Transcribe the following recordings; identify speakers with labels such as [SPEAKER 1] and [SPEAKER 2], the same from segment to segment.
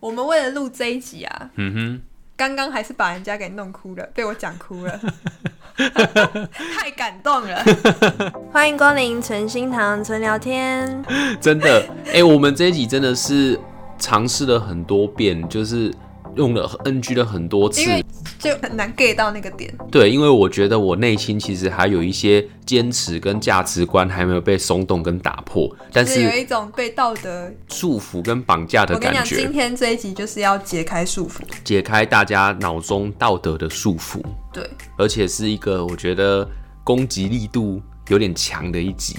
[SPEAKER 1] 我们为了录这一集啊，
[SPEAKER 2] 嗯哼，
[SPEAKER 1] 刚刚还是把人家给弄哭了，被我讲哭 了，太感动了。欢迎光临纯心堂纯聊天，
[SPEAKER 2] 真的，哎、我们这一集真的是尝试了很多遍，就是用了 NG 了很多次
[SPEAKER 1] 因。为就很难 get 到那个点。
[SPEAKER 2] 对，因为我觉得我内心其实还有一些坚持跟价值观还没有被松动跟打破，但
[SPEAKER 1] 就是有
[SPEAKER 2] 是
[SPEAKER 1] 一种被道德，
[SPEAKER 2] 束缚跟绑架的
[SPEAKER 1] 我跟你
[SPEAKER 2] 感
[SPEAKER 1] 讲，今
[SPEAKER 2] 觉，
[SPEAKER 1] 天这一集就是要解开束缚。
[SPEAKER 2] 解开大家脑中道德的束缚，
[SPEAKER 1] 对，
[SPEAKER 2] 而且是一个我觉得攻击力度有点强的一集。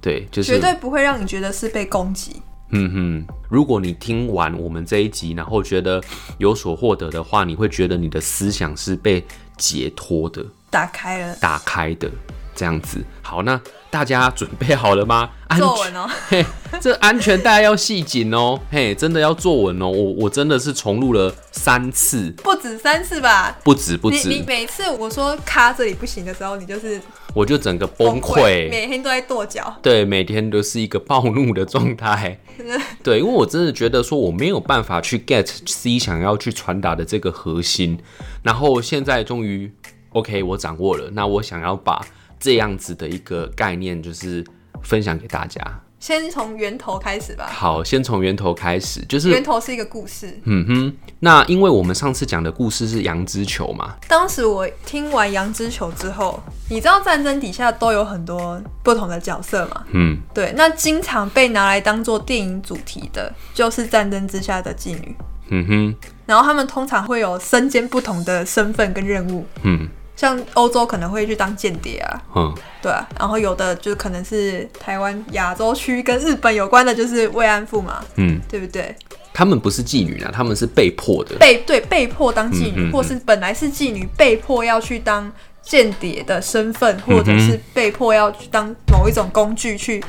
[SPEAKER 2] 对，就是
[SPEAKER 1] 绝对不会让你觉得是被攻击。
[SPEAKER 2] 嗯哼，如果你听完我们这一集，然后觉得有所获得的话，你会觉得你的思想是被解脱的、
[SPEAKER 1] 打开了
[SPEAKER 2] 打开的，这样子。好，那大家准备好了吗？安
[SPEAKER 1] 作
[SPEAKER 2] 全
[SPEAKER 1] 文哦，
[SPEAKER 2] 嘿，这安全带要系紧哦，嘿，真的要作文哦。我我真的是重录了三次，
[SPEAKER 1] 不止三次吧。
[SPEAKER 2] 不止不
[SPEAKER 1] 你你
[SPEAKER 2] 止，
[SPEAKER 1] 每次我说卡这里不行的时候，你就是
[SPEAKER 2] 我就整个崩溃。
[SPEAKER 1] 每天都在跺脚，
[SPEAKER 2] 对，每天都是一个暴怒的状态。
[SPEAKER 1] 真的
[SPEAKER 2] 对，因为我真的觉得说我没有办法去 get C 想要去传达的这个核心，然后现在终于 OK 我掌握了，那我想要把这样子的一个概念就是分享给大家。
[SPEAKER 1] 先从源头开始吧。
[SPEAKER 2] 好，先从源头开始，就
[SPEAKER 1] 源
[SPEAKER 2] 是
[SPEAKER 1] 头是一个故事。
[SPEAKER 2] 嗯哼，那因为我们上次讲的故事是羊脂球嘛，
[SPEAKER 1] 当时我听完《羊之球》之后，你知道战争底下都有很多不同的角色嘛？
[SPEAKER 2] 嗯，
[SPEAKER 1] 对，那经常被拿来当做电影主题的，就是战争之下的妓女。
[SPEAKER 2] 嗯哼，
[SPEAKER 1] 然后他们通常会有身兼不同的身份跟任务，
[SPEAKER 2] 嗯
[SPEAKER 1] 像欧洲可能会去当间谍啊，
[SPEAKER 2] 嗯，
[SPEAKER 1] 对啊，然后有的就可能是台湾亚洲区跟日本有关的，就是慰安妇嘛，
[SPEAKER 2] 嗯，
[SPEAKER 1] 对不对？
[SPEAKER 2] 他们不是妓女啊啦，他们是被迫的，
[SPEAKER 1] 被对被迫当妓女，
[SPEAKER 2] 嗯嗯嗯
[SPEAKER 1] 或是本来是妓女被迫要去当间谍的身份，或
[SPEAKER 2] 嗯
[SPEAKER 1] 者是被迫要去当某一种工具去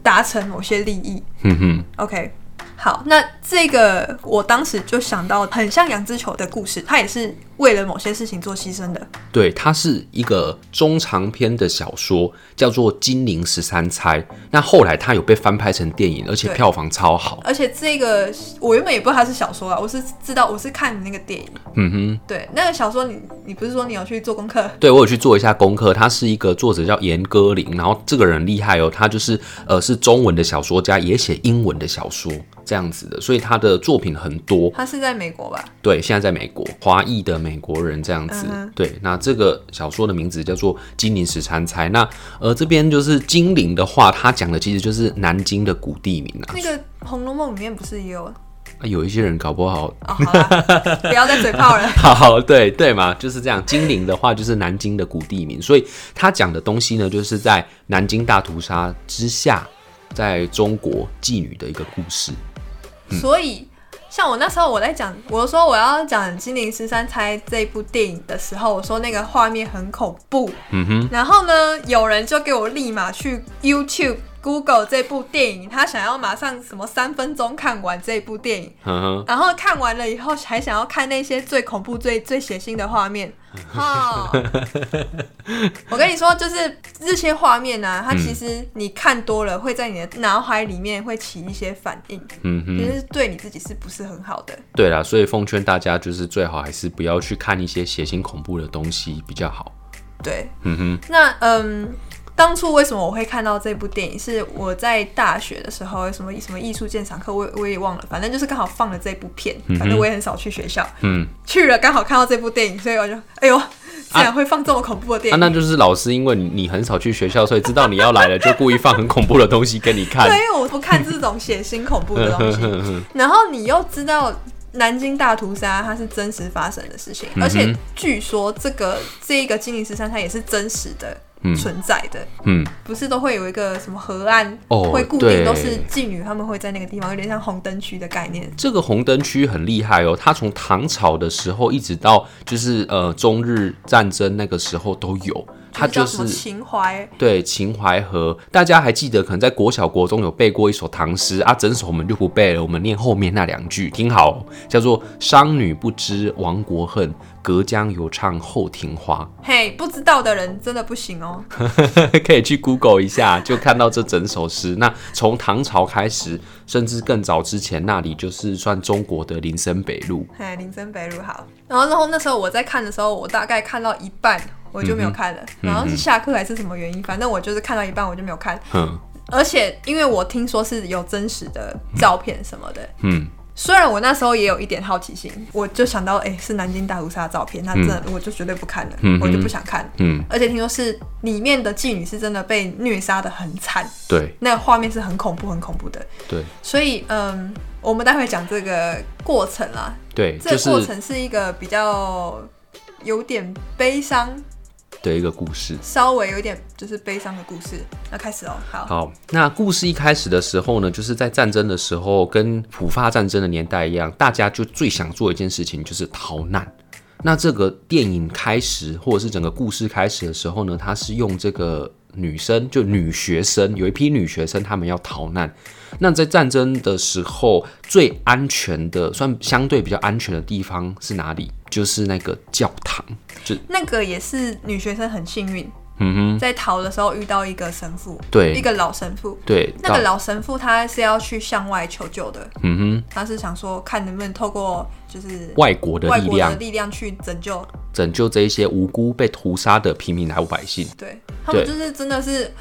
[SPEAKER 1] 达成某些利益。
[SPEAKER 2] 嗯哼，
[SPEAKER 1] OK，好，那这个我当时就想到很像杨之球的故事，他也是为了某些事情做牺牲的。
[SPEAKER 2] 对，它是一个中长篇的小说，叫做《金陵十三钗》。那后来它有被翻拍成电影，而且
[SPEAKER 1] 对
[SPEAKER 2] 票房超好。
[SPEAKER 1] 而且这个我原本也不知道它是小说啊，我是知道我是看你那个电影。
[SPEAKER 2] 嗯哼，
[SPEAKER 1] 对，那个小说你你不是说你有去做功课？
[SPEAKER 2] 对我有去做一下功课，他是一个作者叫严歌苓，然后这个人厉害哦，他就是呃是中文的小说家，也写英文的小说这样子的，所以他的作品很多。
[SPEAKER 1] 他是在美国吧？
[SPEAKER 2] 对，现在在美国，华裔的美国人这样子。
[SPEAKER 1] 嗯哼
[SPEAKER 2] 对，那这个小说的名字叫做《金陵十三钗》。那呃这边就是金陵的话，他讲的其实就是南京的古地名啊。
[SPEAKER 1] 那个《红楼梦》里面不是也有？哦，
[SPEAKER 2] 啊有一些人搞不 好，
[SPEAKER 1] 好啦，不要再嘴炮 了。
[SPEAKER 2] 好，对对嘛，就是这样。金陵的话就是南京的古地名，所以他讲的东西呢，就是在南京大屠杀之下，在中国妓女的一个故 事。嗯
[SPEAKER 1] 所以，像我那时候我在讲，我说我要讲《金陵十三钗》这部电影的时候，我说那个画面很恐怖。
[SPEAKER 2] 嗯哼，
[SPEAKER 1] 然后呢，有人就给我立马去 YouTube、Google 这部电影，他想要马上什么三分钟看完这部电影。
[SPEAKER 2] 呵呵，
[SPEAKER 1] 然后看完了以后，还想要看那些最恐怖、最最血腥的画面。哦，我跟你说，就是这些画面呢、啊，它其实你看多了，会在你的脑海里面会起一些反应，
[SPEAKER 2] 嗯
[SPEAKER 1] 其
[SPEAKER 2] 哼，
[SPEAKER 1] 实对你自己是不是很好的？
[SPEAKER 2] 对啦，所以奉劝大家，就是最好还是不要去看一些血腥恐怖的东西比较好。
[SPEAKER 1] 对，
[SPEAKER 2] 嗯哼，
[SPEAKER 1] 那嗯。当初为什么我会看到这部电影？是我在大学的时候，有什么什么艺术鉴赏课，我也我也忘了，反正就是刚好放了这部片，反正我也很少去学校，
[SPEAKER 2] 嗯，
[SPEAKER 1] 去了刚好看到这部电影，所以我就哎呦，竟然会放这么恐怖的电
[SPEAKER 2] 啊，
[SPEAKER 1] 影！
[SPEAKER 2] 那就是老师因为你你很少去学校，所以知道你要来了，就故意放很恐怖的东西给你看
[SPEAKER 1] 对，。 因为我不看这种血腥恐怖的东西，
[SPEAKER 2] 啊嗯哼
[SPEAKER 1] 然后你又知道南京大屠杀它是真实发生的事情，
[SPEAKER 2] 嗯
[SPEAKER 1] 而且据说这个这一个金陵十三钗也是真实的
[SPEAKER 2] 嗯
[SPEAKER 1] 存在的，
[SPEAKER 2] 嗯，
[SPEAKER 1] 不是都会有一个什么河岸、
[SPEAKER 2] 哦
[SPEAKER 1] 会固
[SPEAKER 2] 对
[SPEAKER 1] 定都是妓女，她们会在那个地方，有点像红灯区的概念。
[SPEAKER 2] 这个红灯区很厉害哦，它从唐朝的时候一直到就是呃中日战争那个时候都有。它
[SPEAKER 1] 叫
[SPEAKER 2] 就
[SPEAKER 1] 什么
[SPEAKER 2] 是
[SPEAKER 1] 情怀，
[SPEAKER 2] 对秦淮河，大家还记得，可能在国小、国中有背过一首唐诗啊，整首我们就不背了，我们念后面那两句，听好，叫做“商女不知亡国恨，隔江犹唱后庭花
[SPEAKER 1] 嘿，不知道的人真的不行哦。”，
[SPEAKER 2] 可以去 Google 一下，就看到这整首诗。那从唐朝开始，甚至更早之前，那里就是算中国的林森北路。
[SPEAKER 1] 嘿，林森北路好。然后，然后那时候我在看的时候，我大概看到一半。我就没有
[SPEAKER 2] 嗯
[SPEAKER 1] 看了，然后是下课还是什么原因，反正我就是看到一半我就没有看，
[SPEAKER 2] 嗯
[SPEAKER 1] 而且因为我听说是有真实的照片什么的，
[SPEAKER 2] 嗯，
[SPEAKER 1] 虽然我那时候也有一点好奇心，我就想到，哎、是南京大屠杀的照片，那真的我就绝对不看了，
[SPEAKER 2] 嗯哼
[SPEAKER 1] 我就不想看。
[SPEAKER 2] 嗯，
[SPEAKER 1] 而且听说是里面的妓女是真的被虐杀的很惨，
[SPEAKER 2] 对
[SPEAKER 1] 那个画面是很恐怖、很恐怖的。
[SPEAKER 2] 对
[SPEAKER 1] 所以，嗯，我们待会讲这个过程啦，
[SPEAKER 2] 对，
[SPEAKER 1] 这
[SPEAKER 2] 就
[SPEAKER 1] 个过
[SPEAKER 2] 是
[SPEAKER 1] 程是一个比较有点悲伤，
[SPEAKER 2] 的一个故事。
[SPEAKER 1] 稍微有点就是悲伤的故事。那开始哦，好，
[SPEAKER 2] 好，那故事一开始的时候呢，就是在战争的时候，跟普法战争的年代一样，大家就最想做一件事情就是逃难。那这个电影开始，或者是整个故事开始的时候呢，它是用这个女生，就女学生，有一批女学生，她们要逃难。那在战争的时候，最安全的，算相对比较安全的地方是哪里？就是那个教堂。就
[SPEAKER 1] 那个也是女学生很幸运，
[SPEAKER 2] 嗯哼，
[SPEAKER 1] 在逃的时候遇到一个神父，一
[SPEAKER 2] 对
[SPEAKER 1] 个老神父。
[SPEAKER 2] 对，
[SPEAKER 1] 那个
[SPEAKER 2] 到
[SPEAKER 1] 老神父他是要去向外求救的，
[SPEAKER 2] 嗯哼，
[SPEAKER 1] 他是想说看能不能透过就是
[SPEAKER 2] 外国的
[SPEAKER 1] 外
[SPEAKER 2] 力
[SPEAKER 1] 国的
[SPEAKER 2] 量。
[SPEAKER 1] 力量去拯救，
[SPEAKER 2] 拯救这一些无辜被屠杀的平民老百姓。
[SPEAKER 1] 对他们就是真的是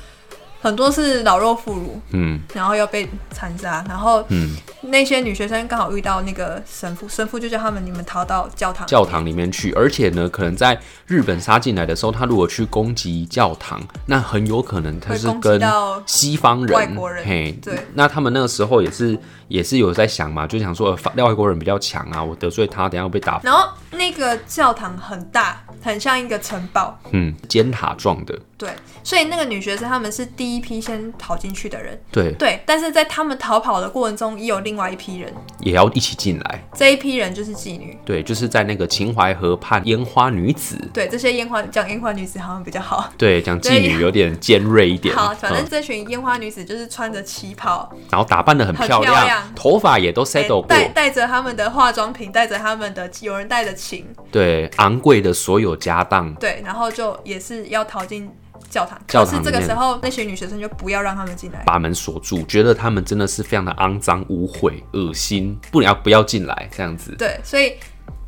[SPEAKER 1] 很多是老弱妇孺，
[SPEAKER 2] 嗯
[SPEAKER 1] 然后要被残杀，然后
[SPEAKER 2] 嗯，
[SPEAKER 1] 那些女学生刚好遇到那个神父，神父就叫他们你们逃到教堂，
[SPEAKER 2] 教堂里面去，而且呢，可能在日本杀进来的时候，他如果去攻击教堂，那很有可能他
[SPEAKER 1] 会
[SPEAKER 2] 是
[SPEAKER 1] 攻击
[SPEAKER 2] 跟
[SPEAKER 1] 到
[SPEAKER 2] 西方人、
[SPEAKER 1] 外国人
[SPEAKER 2] 嘿，
[SPEAKER 1] 对，
[SPEAKER 2] 那他们那个时候也是也是有在想嘛，就想说呃法外国人比较强啊，我得罪他，等一下会被打，
[SPEAKER 1] 然后那个教堂很大，很像一个城堡，
[SPEAKER 2] 嗯，尖塔状的，
[SPEAKER 1] 对，所以那个女学生他们是第一批先逃进去的人，
[SPEAKER 2] 对，
[SPEAKER 1] 对，但是在他们逃跑的过程中，也有另外一批人，
[SPEAKER 2] 也要一起进来，
[SPEAKER 1] 这一批人就是妓女。
[SPEAKER 2] 对，就是在那个秦淮河畔烟花女子，
[SPEAKER 1] 对，这些烟花讲烟花女子好像比较好。
[SPEAKER 2] 对，讲妓
[SPEAKER 1] 对
[SPEAKER 2] 女有点尖锐一点，
[SPEAKER 1] 好，反正
[SPEAKER 2] 嗯
[SPEAKER 1] 这群烟花女子就是穿着旗袍，
[SPEAKER 2] 然后打扮的很
[SPEAKER 1] 很
[SPEAKER 2] 漂
[SPEAKER 1] 漂亮
[SPEAKER 2] 头发也都 settle 过，
[SPEAKER 1] 带带着她们的化妆品，带着她们的，有人带着琴，
[SPEAKER 2] 对，昂贵的所有家当，
[SPEAKER 1] 对，然后就也是要逃进教堂。
[SPEAKER 2] 教
[SPEAKER 1] 可
[SPEAKER 2] 堂
[SPEAKER 1] 是
[SPEAKER 2] 里
[SPEAKER 1] 这个
[SPEAKER 2] 面
[SPEAKER 1] 时候，那群女学生就不要让他们进来。
[SPEAKER 2] 把门锁住，觉得他们真的是非常的肮脏、污秽、恶心，不然不要进来这样子。
[SPEAKER 1] 对，所以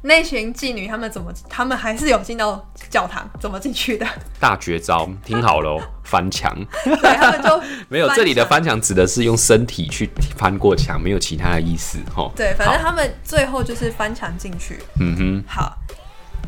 [SPEAKER 1] 那群妓女她们怎么，她们还是有进到教堂，怎么进去的？
[SPEAKER 2] 大绝招，听好喽，翻 墙。
[SPEAKER 1] 对，她们 就
[SPEAKER 2] 没有，
[SPEAKER 1] 翻
[SPEAKER 2] 这里的
[SPEAKER 1] 墙
[SPEAKER 2] 翻墙指的是用身体去翻过墙，没有其他的意思哈。
[SPEAKER 1] 对，反正
[SPEAKER 2] 好
[SPEAKER 1] 她们最后就是翻墙进去。
[SPEAKER 2] 嗯哼，
[SPEAKER 1] 好，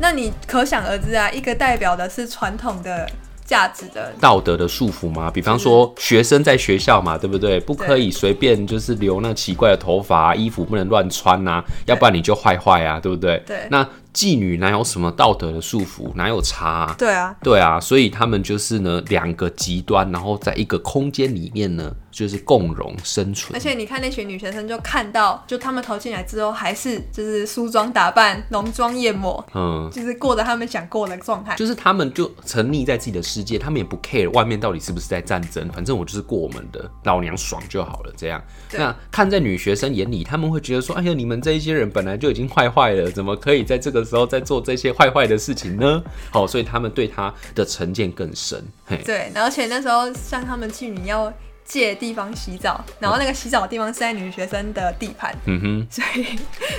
[SPEAKER 1] 那你可想而知啊，一个代表的是传统的价值的，
[SPEAKER 2] 道德的束缚嘛，比方
[SPEAKER 1] 嗯
[SPEAKER 2] 说学生在学校嘛，对不对？不可以随便就是留那奇怪的头发、啊，衣服不能乱穿呐、要不然你就坏坏啊，对不对？
[SPEAKER 1] 对
[SPEAKER 2] 那妓女哪有什么道德的束缚，哪有差、啊？
[SPEAKER 1] 对啊，
[SPEAKER 2] 对啊，所以他们就是呢两个极端，然后在一个空间里面呢，就是共荣生存
[SPEAKER 1] 而。且你看那群女学生就看到，就她们投进来之后，还是就是梳妆打扮、浓妆艳抹，
[SPEAKER 2] 嗯，
[SPEAKER 1] 就是过着她们想过的状态。
[SPEAKER 2] 就是他们就沉溺在自己的世界，他们也不 care 外面到底是不是在战争，反正我就是过我们的，老娘爽就好了。这样，
[SPEAKER 1] 对
[SPEAKER 2] 那看在女学生眼里，他们会觉得说，哎呀，你们这一些人本来就已经坏坏了，怎么可以在这个时候再做这些坏坏的事情 呢？好、所以他们对他的成见更深。嘿，
[SPEAKER 1] 对，然后而且那时候像她们妓女要借地方洗澡，然后那个洗澡的地方是在女学生的地盘，
[SPEAKER 2] 嗯哼，
[SPEAKER 1] 所以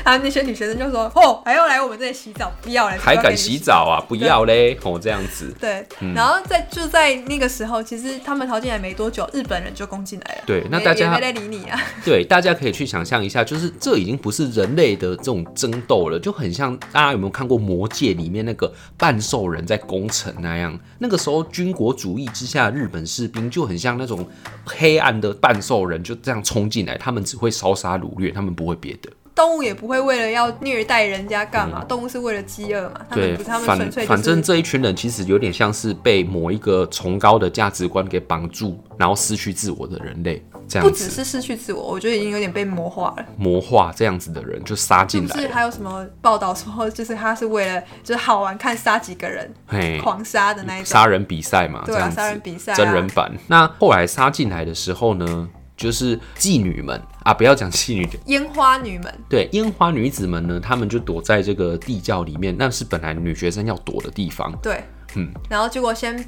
[SPEAKER 1] 啊那些女学生就说：“哦，还要来我们这里洗澡，不要来，
[SPEAKER 2] 还
[SPEAKER 1] 不要给
[SPEAKER 2] 敢
[SPEAKER 1] 你
[SPEAKER 2] 洗澡嗯啊？不要嘞！哦，这样子。
[SPEAKER 1] 对，然后在就在那个时候，其实他们逃进来没多久，日本人就攻进来了。
[SPEAKER 2] 对那
[SPEAKER 1] 没
[SPEAKER 2] 大家
[SPEAKER 1] 哎也没在理你啊。
[SPEAKER 2] 对，大家可以去想象一下，就是这已经不是人类的这种争斗了，就很像大家有没有看过《魔戒》里面那个半兽人在攻城那样？那个时候军国主义之下，日本士兵就很像那种黑暗的半兽人，就这样冲进来，他们只会烧杀掳掠，他们不会别的。
[SPEAKER 1] 动物也不会为了要虐待人家干嘛，动物是为了饥饿嘛，他们
[SPEAKER 2] 嗯对，
[SPEAKER 1] 不是他们
[SPEAKER 2] 反
[SPEAKER 1] 纯粹就
[SPEAKER 2] 反正
[SPEAKER 1] 是
[SPEAKER 2] 这一群人其实有点像是被某一个崇高的价值观给绑住，然后失去自我的人类，这
[SPEAKER 1] 不
[SPEAKER 2] 样
[SPEAKER 1] 只
[SPEAKER 2] 子
[SPEAKER 1] 是失去自我，我觉得已经有点被魔化了。
[SPEAKER 2] 魔化这样子的人就杀
[SPEAKER 1] 是
[SPEAKER 2] 进
[SPEAKER 1] 不
[SPEAKER 2] 来
[SPEAKER 1] 是
[SPEAKER 2] 了，
[SPEAKER 1] 还有什么报道说，就是他是为了就是好玩看杀几个人
[SPEAKER 2] 嘿，
[SPEAKER 1] 狂杀的那一种？
[SPEAKER 2] 杀人比赛嘛，
[SPEAKER 1] 对啊
[SPEAKER 2] 这样，子，
[SPEAKER 1] 杀人比赛、啊，
[SPEAKER 2] 真人版。那后来杀进来的时候呢，就是妓女们啊，不要讲妓女，
[SPEAKER 1] 烟花女们，
[SPEAKER 2] 对，烟花女子们呢，她们就躲在这个地窖里面，那是本来女学生要躲的地方，
[SPEAKER 1] 对，
[SPEAKER 2] 嗯，
[SPEAKER 1] 然后结果先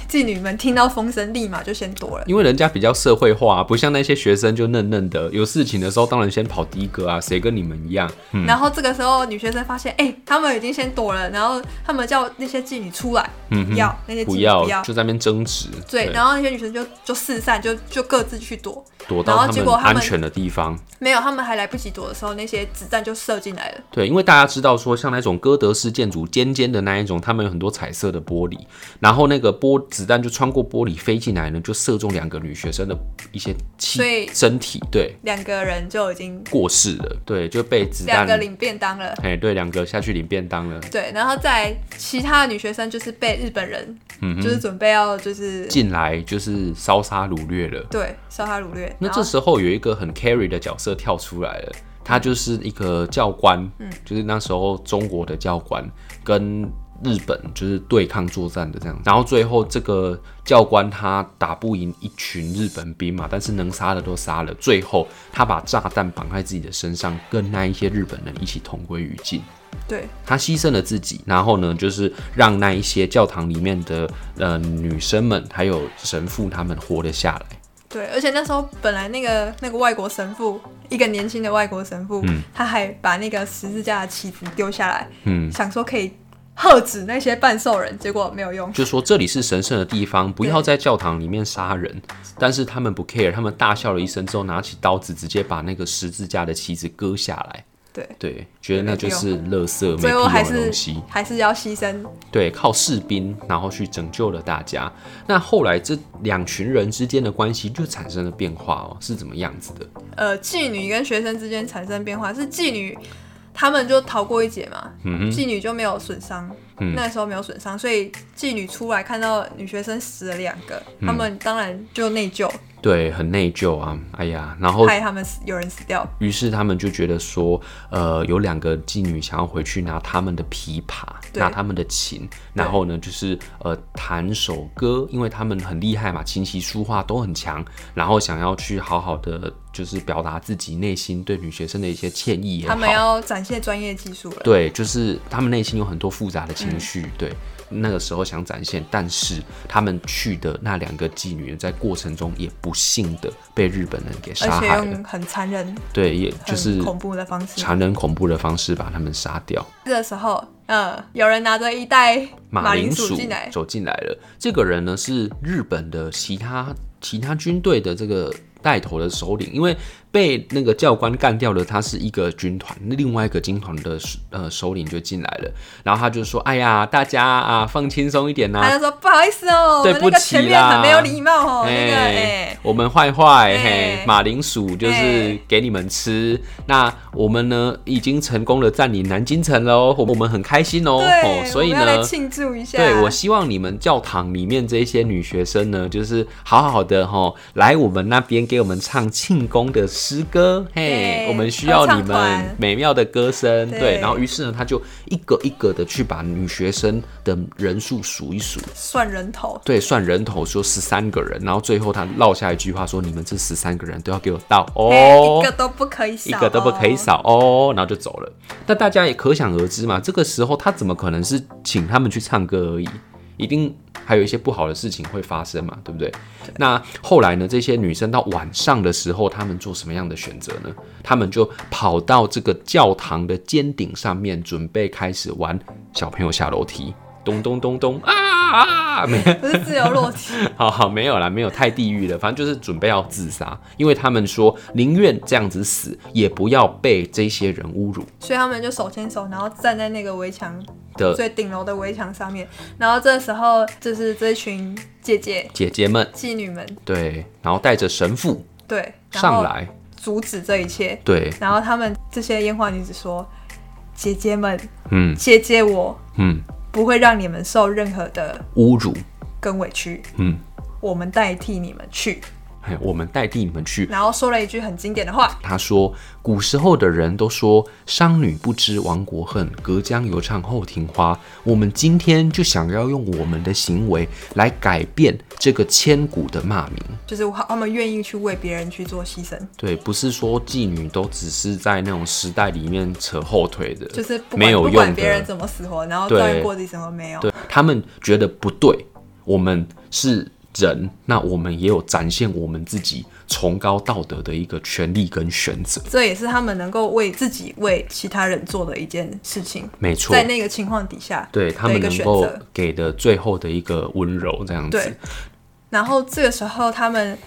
[SPEAKER 1] 妓女们听到风声，立马就先躲了。
[SPEAKER 2] 因为人家比较社会化、不像那些学生就嫩嫩的，有事情的时候当然先跑第一个啊，谁跟你们一样？嗯，
[SPEAKER 1] 然后这个时候，女学生发现，哎、他们已经先躲了，然后他们叫那些妓女出来，
[SPEAKER 2] 嗯
[SPEAKER 1] 不要那些妓
[SPEAKER 2] 不
[SPEAKER 1] 女
[SPEAKER 2] 要
[SPEAKER 1] 不要，
[SPEAKER 2] 就在那边争执，
[SPEAKER 1] 对，然后那些女生就就四散，就就各自去躲，
[SPEAKER 2] 躲
[SPEAKER 1] 然
[SPEAKER 2] 到
[SPEAKER 1] 后
[SPEAKER 2] 他
[SPEAKER 1] 结
[SPEAKER 2] 们
[SPEAKER 1] 果他
[SPEAKER 2] 安
[SPEAKER 1] 们
[SPEAKER 2] 全的地方。
[SPEAKER 1] 没有，他们还来不及躲的时候，那些子弹就射进来了。
[SPEAKER 2] 对，因为大家知道说，像那种哥德式建筑尖尖的那一种，他们有很多彩色的玻璃，然后那个玻子弹就穿过玻璃飞进来呢，就射中两个女学生的一些
[SPEAKER 1] 所
[SPEAKER 2] 气
[SPEAKER 1] 以
[SPEAKER 2] 身体，对，
[SPEAKER 1] 两个人就已经
[SPEAKER 2] 过世了，对，就被子
[SPEAKER 1] 两
[SPEAKER 2] 弹
[SPEAKER 1] 个，领便当了。
[SPEAKER 2] 哎，对，两个下去领便当了，
[SPEAKER 1] 对，然后再来其他的女学生就是被日本人，就是准备要就是
[SPEAKER 2] 嗯进来就是烧杀掳掠了。
[SPEAKER 1] 对烧杀掳掠。
[SPEAKER 2] 那
[SPEAKER 1] 然
[SPEAKER 2] 这
[SPEAKER 1] 后
[SPEAKER 2] 时候有一个很 carry 的角色跳出来了，他就是一个教官，就是那时候中国的教官跟日本就是对抗作战的这样，然后最后这个教官他打不赢一群日本兵嘛，但是能杀的都杀了，最后他把炸弹绑在自己的身上，跟那一些日本人一起同归于尽。
[SPEAKER 1] 对
[SPEAKER 2] 他牺牲了自己，然后呢，就是让那一些教堂里面的呃女生们，还有神父他们活了下来。
[SPEAKER 1] 对，而且那时候本来那个那个外国神父，一个年轻的外国神父，他还把那个十字架的旗子丢下来，
[SPEAKER 2] 嗯，
[SPEAKER 1] 想说可以喝止那些半兽人，结果没有用。
[SPEAKER 2] 就说这里是神圣的地方，不要在教堂里面杀人。但是他们不 care，他们大笑了一声之后，拿起刀子直接把那个十字架的旗子割下来。
[SPEAKER 1] 对，
[SPEAKER 2] 对，觉得那就是垃圾没屁
[SPEAKER 1] 最后
[SPEAKER 2] 用
[SPEAKER 1] 还
[SPEAKER 2] 的东
[SPEAKER 1] 是
[SPEAKER 2] 西。
[SPEAKER 1] 还是要牺牲。
[SPEAKER 2] 对，靠士兵然后去拯救了大家。那后来这两群人之间的关系就产生了变化哦，是怎么样子的？
[SPEAKER 1] 呃，妓女跟学生之间产生变化，是妓女他们就逃过一劫嘛，妓女就没有损伤，
[SPEAKER 2] 嗯
[SPEAKER 1] 那时候没有损伤，所以妓女出来看到女学生死了两个，
[SPEAKER 2] 嗯
[SPEAKER 1] 他们当然就内疚，
[SPEAKER 2] 对，很内疚啊，哎呀，然后
[SPEAKER 1] 害他们死有人死掉。
[SPEAKER 2] 于是他们就觉得说，呃，有两个妓女想要回去拿他们的琵琶，
[SPEAKER 1] 对
[SPEAKER 2] 拿他们的琴，然后呢，就是呃弹首歌，因为他们很厉害嘛，琴棋书画都很强，然后想要去好好的就是表达自己内心对女学生的一些歉意也
[SPEAKER 1] 他
[SPEAKER 2] 好，
[SPEAKER 1] 们要展现专业技术了，
[SPEAKER 2] 对，就是他们内心有很多复杂的情绪，
[SPEAKER 1] 嗯
[SPEAKER 2] 对，那个时候想展现，但是他们去的那两个妓女在过程中也不幸的被日本人给杀
[SPEAKER 1] 而且
[SPEAKER 2] 害了，
[SPEAKER 1] 用很残忍、
[SPEAKER 2] 对，也就
[SPEAKER 1] 很
[SPEAKER 2] 是
[SPEAKER 1] 恐怖的方式。
[SPEAKER 2] 残忍恐怖的方式把他们杀掉。
[SPEAKER 1] 这个时候，呃，有人拿着一袋马铃
[SPEAKER 2] 铃
[SPEAKER 1] 薯
[SPEAKER 2] 薯
[SPEAKER 1] 进来，
[SPEAKER 2] 走进来了，这个人呢是日本的其他其他军队的这个带头的首领，因为被那个教官干掉了，他是一个军团，那另外一个军团的呃首领就进来了，然后他就说：“哎呀，大家啊，放轻松一点呐、
[SPEAKER 1] 他就说不好意思哦，我
[SPEAKER 2] 对
[SPEAKER 1] 们那个
[SPEAKER 2] 不起
[SPEAKER 1] 前面很
[SPEAKER 2] 啦
[SPEAKER 1] 没有礼貌哦，那个哎。
[SPEAKER 2] 哎，我们坏坏，
[SPEAKER 1] 哎
[SPEAKER 2] 嘿，马铃薯就是
[SPEAKER 1] 哎
[SPEAKER 2] 给你们吃。那我们呢，已经成功的占领南京城喽，我们很开心哦。
[SPEAKER 1] 对，
[SPEAKER 2] 哦所以
[SPEAKER 1] 我们要来
[SPEAKER 2] 呢，
[SPEAKER 1] 庆祝一下。
[SPEAKER 2] 对，我希望你们教堂里面这些女学生呢，就是好好的哈，来我们那边给我们唱庆功的诗歌，嘿
[SPEAKER 1] 对，
[SPEAKER 2] 我们需要
[SPEAKER 1] 合
[SPEAKER 2] 你
[SPEAKER 1] 唱团
[SPEAKER 2] 们美妙的歌声，
[SPEAKER 1] 对
[SPEAKER 2] 对。然后于是呢，他就一个一个的去把女学生的人数数一数，
[SPEAKER 1] 算人头，
[SPEAKER 2] 对，算人头说十三个人，然后最后他落下一句话说：“你们这十三个人都要给我到哦
[SPEAKER 1] 哎，一个都不可以少、
[SPEAKER 2] 一个都不可以。少哦，然后就走了。那大家也可想而知嘛，这个时候他怎么可能是请他们去唱歌而已？一定还有一些不好的事情会发生嘛，对不对？那后来呢？这些女生到晚上的时候，她们做什么样的选择呢？她们就跑到这个教堂的尖顶上面，准备开始玩小朋友下楼梯，咚咚咚咚啊啊！啊没
[SPEAKER 1] 不是自由落体，
[SPEAKER 2] 好好，没有啦，没有太地狱了，反正就是准备要自杀，因为他们说宁愿这样子死，也不要被这些人侮辱
[SPEAKER 1] 所以他们就手牵手，然后站在那个围墙
[SPEAKER 2] 的
[SPEAKER 1] 最顶楼的围墙上面。然后这时候就是这群姐姐
[SPEAKER 2] 姐姐们。
[SPEAKER 1] 妓女们，
[SPEAKER 2] 对，然后带着神父
[SPEAKER 1] 对，然后
[SPEAKER 2] 上来，
[SPEAKER 1] 阻止这一切。
[SPEAKER 2] 对，
[SPEAKER 1] 然后他们这些烟花女子说：“姐姐们，
[SPEAKER 2] 嗯
[SPEAKER 1] 姐姐我
[SPEAKER 2] 嗯，
[SPEAKER 1] 不会让你们受任何的
[SPEAKER 2] 侮辱，
[SPEAKER 1] 跟委屈，
[SPEAKER 2] 嗯，
[SPEAKER 1] 我们代替你们去。
[SPEAKER 2] 哎，我们代替你们去。”
[SPEAKER 1] 然后说了一句很经典的话，
[SPEAKER 2] 他说，古时候的人都说“商女不知亡国恨，隔江犹唱后庭花”。我们今天就想要用我们的行为来改变这个千古的骂名。
[SPEAKER 1] 就是他们愿意去为别人去做牺牲，
[SPEAKER 2] 对，不是说妓女都只是在那种时代里面扯后腿的，
[SPEAKER 1] 就是不
[SPEAKER 2] 没
[SPEAKER 1] 管
[SPEAKER 2] 有
[SPEAKER 1] 不
[SPEAKER 2] 用
[SPEAKER 1] 管
[SPEAKER 2] 的。
[SPEAKER 1] 别人怎么死活，然后
[SPEAKER 2] 对
[SPEAKER 1] 照样过自己生活没有。
[SPEAKER 2] 对他们觉得不对，我们是人，那我们也有展现我们自己崇高道德的一个权利跟选择。
[SPEAKER 1] 这也是他们能够为自己、为其他人做的一件事情，
[SPEAKER 2] 没错，
[SPEAKER 1] 在那个情况底下，
[SPEAKER 2] 对他
[SPEAKER 1] 的
[SPEAKER 2] 们
[SPEAKER 1] 一个
[SPEAKER 2] 能
[SPEAKER 1] 选
[SPEAKER 2] 够
[SPEAKER 1] 择
[SPEAKER 2] 给的最后的一个温柔这样子
[SPEAKER 1] 对，然后这个时候，他们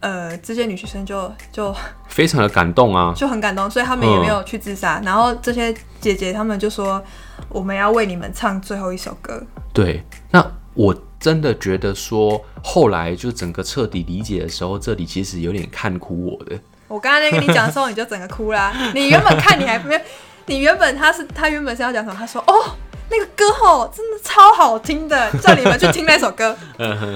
[SPEAKER 1] 呃这些女学生就就
[SPEAKER 2] 非常的感动啊。
[SPEAKER 1] 就很感动，所以他们也
[SPEAKER 2] 嗯
[SPEAKER 1] 没有去自杀。然后这些姐姐她们就说：“我们要为你们唱最后一首歌。
[SPEAKER 2] 对，那我真的觉得说，后来就整个彻底理解的时候，这里其实有点看哭我的。”
[SPEAKER 1] 我刚刚在跟你讲的时候，你就整个哭 啦。你原本看你还没，你原本他是他原本是要讲什么？他说：“哦，那个歌吼真的超好听的，叫你们去听那首 歌。
[SPEAKER 2] 嗯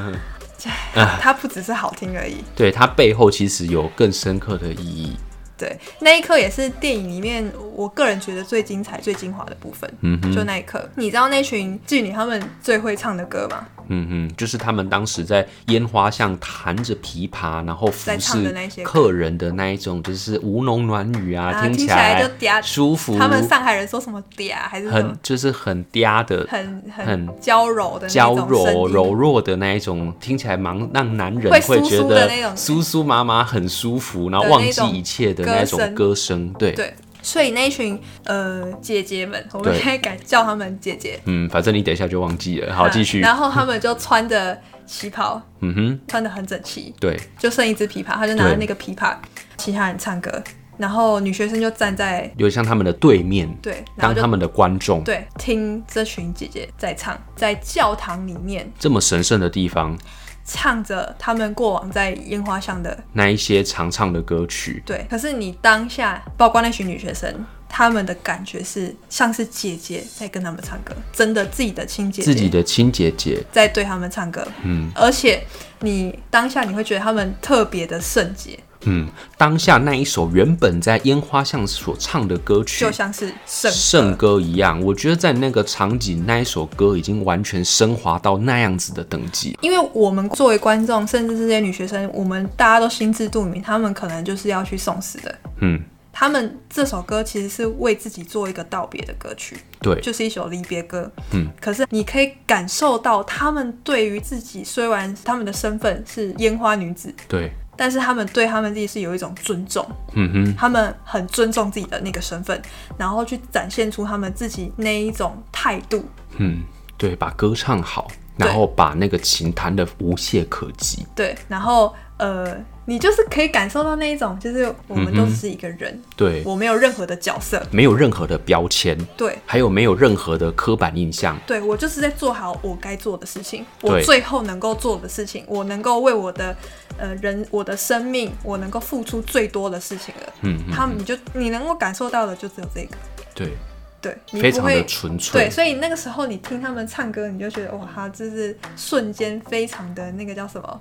[SPEAKER 1] 唉”它不只是好听而已，
[SPEAKER 2] 对，它背后其实有更深刻的意义。
[SPEAKER 1] 对，那一刻也是电影里面我个人觉得最精彩、最精华的部分。
[SPEAKER 2] 嗯哼
[SPEAKER 1] 就那一刻，你知道那群妓女她们最会唱的歌吗？
[SPEAKER 2] 嗯嗯，就是他们当时在烟花巷弹着琵琶，然后服
[SPEAKER 1] 在唱的那
[SPEAKER 2] 侍
[SPEAKER 1] 些歌
[SPEAKER 2] 客人的那一种，就是吴侬软语啊，
[SPEAKER 1] 啊
[SPEAKER 2] 起
[SPEAKER 1] 听起来就嗲
[SPEAKER 2] 舒服，
[SPEAKER 1] 他们上海人说什么嗲还是什么
[SPEAKER 2] 很？就是很嗲的，
[SPEAKER 1] 很
[SPEAKER 2] 很
[SPEAKER 1] 很娇柔的那
[SPEAKER 2] 娇
[SPEAKER 1] 种声
[SPEAKER 2] 柔
[SPEAKER 1] 音
[SPEAKER 2] 柔弱的那一种，听起来蛮让男人
[SPEAKER 1] 会
[SPEAKER 2] 会
[SPEAKER 1] 酥
[SPEAKER 2] 觉
[SPEAKER 1] 酥的那
[SPEAKER 2] 得
[SPEAKER 1] 种
[SPEAKER 2] 酥酥麻麻很舒服，然后
[SPEAKER 1] 的
[SPEAKER 2] 忘
[SPEAKER 1] 那
[SPEAKER 2] 记
[SPEAKER 1] 种
[SPEAKER 2] 一切的
[SPEAKER 1] 歌
[SPEAKER 2] 那种
[SPEAKER 1] 声
[SPEAKER 2] 歌声。对，
[SPEAKER 1] 对，所以那一群呃姐姐们，我们
[SPEAKER 2] 对
[SPEAKER 1] 现在改叫她们姐姐。
[SPEAKER 2] 嗯，反正你等一下就忘记了。好，
[SPEAKER 1] 啊
[SPEAKER 2] 继续。
[SPEAKER 1] 然后她们就穿着旗袍，
[SPEAKER 2] 嗯哼，
[SPEAKER 1] 穿的很整齐，
[SPEAKER 2] 对，
[SPEAKER 1] 就剩一只琵琶，她就拿着
[SPEAKER 2] 对
[SPEAKER 1] 那个琵琶，其他人唱歌，然后女学生就站在
[SPEAKER 2] 有点像他们的对面，
[SPEAKER 1] 对，然
[SPEAKER 2] 当
[SPEAKER 1] 后就
[SPEAKER 2] 他们的观众，
[SPEAKER 1] 对，听这群姐姐在唱，在教堂里面
[SPEAKER 2] 这么神圣的地方，
[SPEAKER 1] 唱着她们过往在烟花巷的
[SPEAKER 2] 那一些常唱的歌曲，
[SPEAKER 1] 对。可是你当下，包括那群女学生，她们的感觉是像是姐姐在跟她们唱歌，真的自己的亲姐姐，
[SPEAKER 2] 自己的亲姐姐，
[SPEAKER 1] 在对她们唱歌。
[SPEAKER 2] 嗯
[SPEAKER 1] 而且你当下你会觉得她们特别的圣洁，
[SPEAKER 2] 嗯，当下那一首原本在烟花巷所唱的歌曲
[SPEAKER 1] 就。像是圣歌
[SPEAKER 2] 圣歌一样，我觉得在那个场景，那一首歌已经完全升华到那样子的等级。
[SPEAKER 1] 因为我们作为观众，甚至这些女学生，我们大家都心知肚明，她们可能就是要去送死的。
[SPEAKER 2] 嗯，
[SPEAKER 1] 他们这首歌其实是为自己做一个道别的歌曲，
[SPEAKER 2] 对，
[SPEAKER 1] 就是一首离别歌。
[SPEAKER 2] 嗯，
[SPEAKER 1] 可是你可以感受到他们对于自己，虽然他们的身份是烟花女子，
[SPEAKER 2] 对，
[SPEAKER 1] 但是他们对他们自己是有一种尊重，
[SPEAKER 2] 嗯哼，
[SPEAKER 1] 他们很尊重自己的那个身份，然后去展现出他们自己那一种态度。
[SPEAKER 2] 嗯，对，把歌唱好，
[SPEAKER 1] 对
[SPEAKER 2] 然后把那个琴弹得无懈可击。
[SPEAKER 1] 对，然后呃，你就是可以感受到那一种，就是我们都
[SPEAKER 2] 嗯哼
[SPEAKER 1] 只是一个人，
[SPEAKER 2] 对，
[SPEAKER 1] 我没有任何的角色，
[SPEAKER 2] 没有任何的标签，
[SPEAKER 1] 对。
[SPEAKER 2] 还有没有任何的刻板印象。
[SPEAKER 1] 对我就是在做好我该做的事情，
[SPEAKER 2] 对
[SPEAKER 1] 我最后能够做的事情，我能够为我的呃人、我的生命，我能够付出最多的事情了。
[SPEAKER 2] 嗯嗯，
[SPEAKER 1] 他们你就你能够感受到的就只有这个，
[SPEAKER 2] 对，
[SPEAKER 1] 对，你
[SPEAKER 2] 非
[SPEAKER 1] 不
[SPEAKER 2] 常的
[SPEAKER 1] 会
[SPEAKER 2] 纯粹
[SPEAKER 1] 对，。所以那个时候你听他们唱歌，你就觉得哇，他就是瞬间非常的那个叫什么，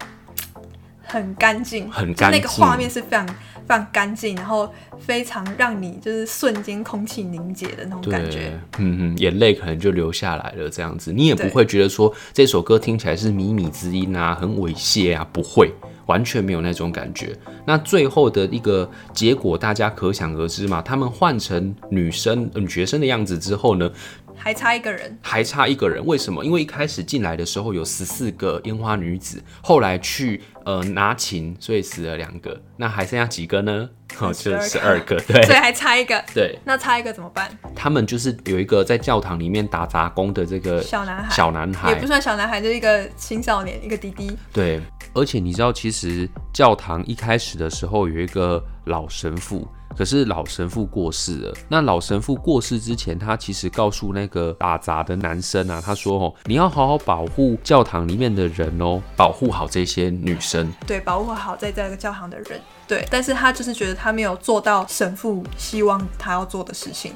[SPEAKER 1] 很干净，
[SPEAKER 2] 很
[SPEAKER 1] 就
[SPEAKER 2] 干
[SPEAKER 1] 那
[SPEAKER 2] 净
[SPEAKER 1] 个画面是非常非常干净，然后非常让你就是瞬间空气凝结的那种
[SPEAKER 2] 对，
[SPEAKER 1] 感觉。
[SPEAKER 2] 嗯嗯，眼泪可能就流下来了，这样子，你也不
[SPEAKER 1] 对
[SPEAKER 2] 会觉得说这首歌听起来是靡靡之音啊，很猥亵啊，不会，完全没有那种感觉。那最后的一个结果，大家可想而知嘛。他们换成女生、呃女学生的样子之后呢，
[SPEAKER 1] 还差一个 人，
[SPEAKER 2] 还差一个人，为什么？因为一开始进来的时候有十四个烟花女子，后来去呃拿琴，所以死了两个，那还剩下几个呢？哦，就十二
[SPEAKER 1] 12
[SPEAKER 2] 个， 对
[SPEAKER 1] 所以还差一个。
[SPEAKER 2] 对。
[SPEAKER 1] 那差一个怎么办？
[SPEAKER 2] 他们就是有一个在教堂里面打杂工的这个
[SPEAKER 1] 小男孩
[SPEAKER 2] 小男
[SPEAKER 1] 也
[SPEAKER 2] 孩
[SPEAKER 1] 不，算小男孩，就是一个青少年，一个弟弟。
[SPEAKER 2] 对。而且你知道，其实教堂一开始的时候有一个老神父，可是老神父过世了。那老神父过世之前，他其实告诉那个打杂的男生啊，他说：“哦，你要好好保护教堂里面的人哦，保护好这些女生。”
[SPEAKER 1] 对，保护好在这个教堂的人。对，但是他就是觉得他没有做到神父希望他要做的事情，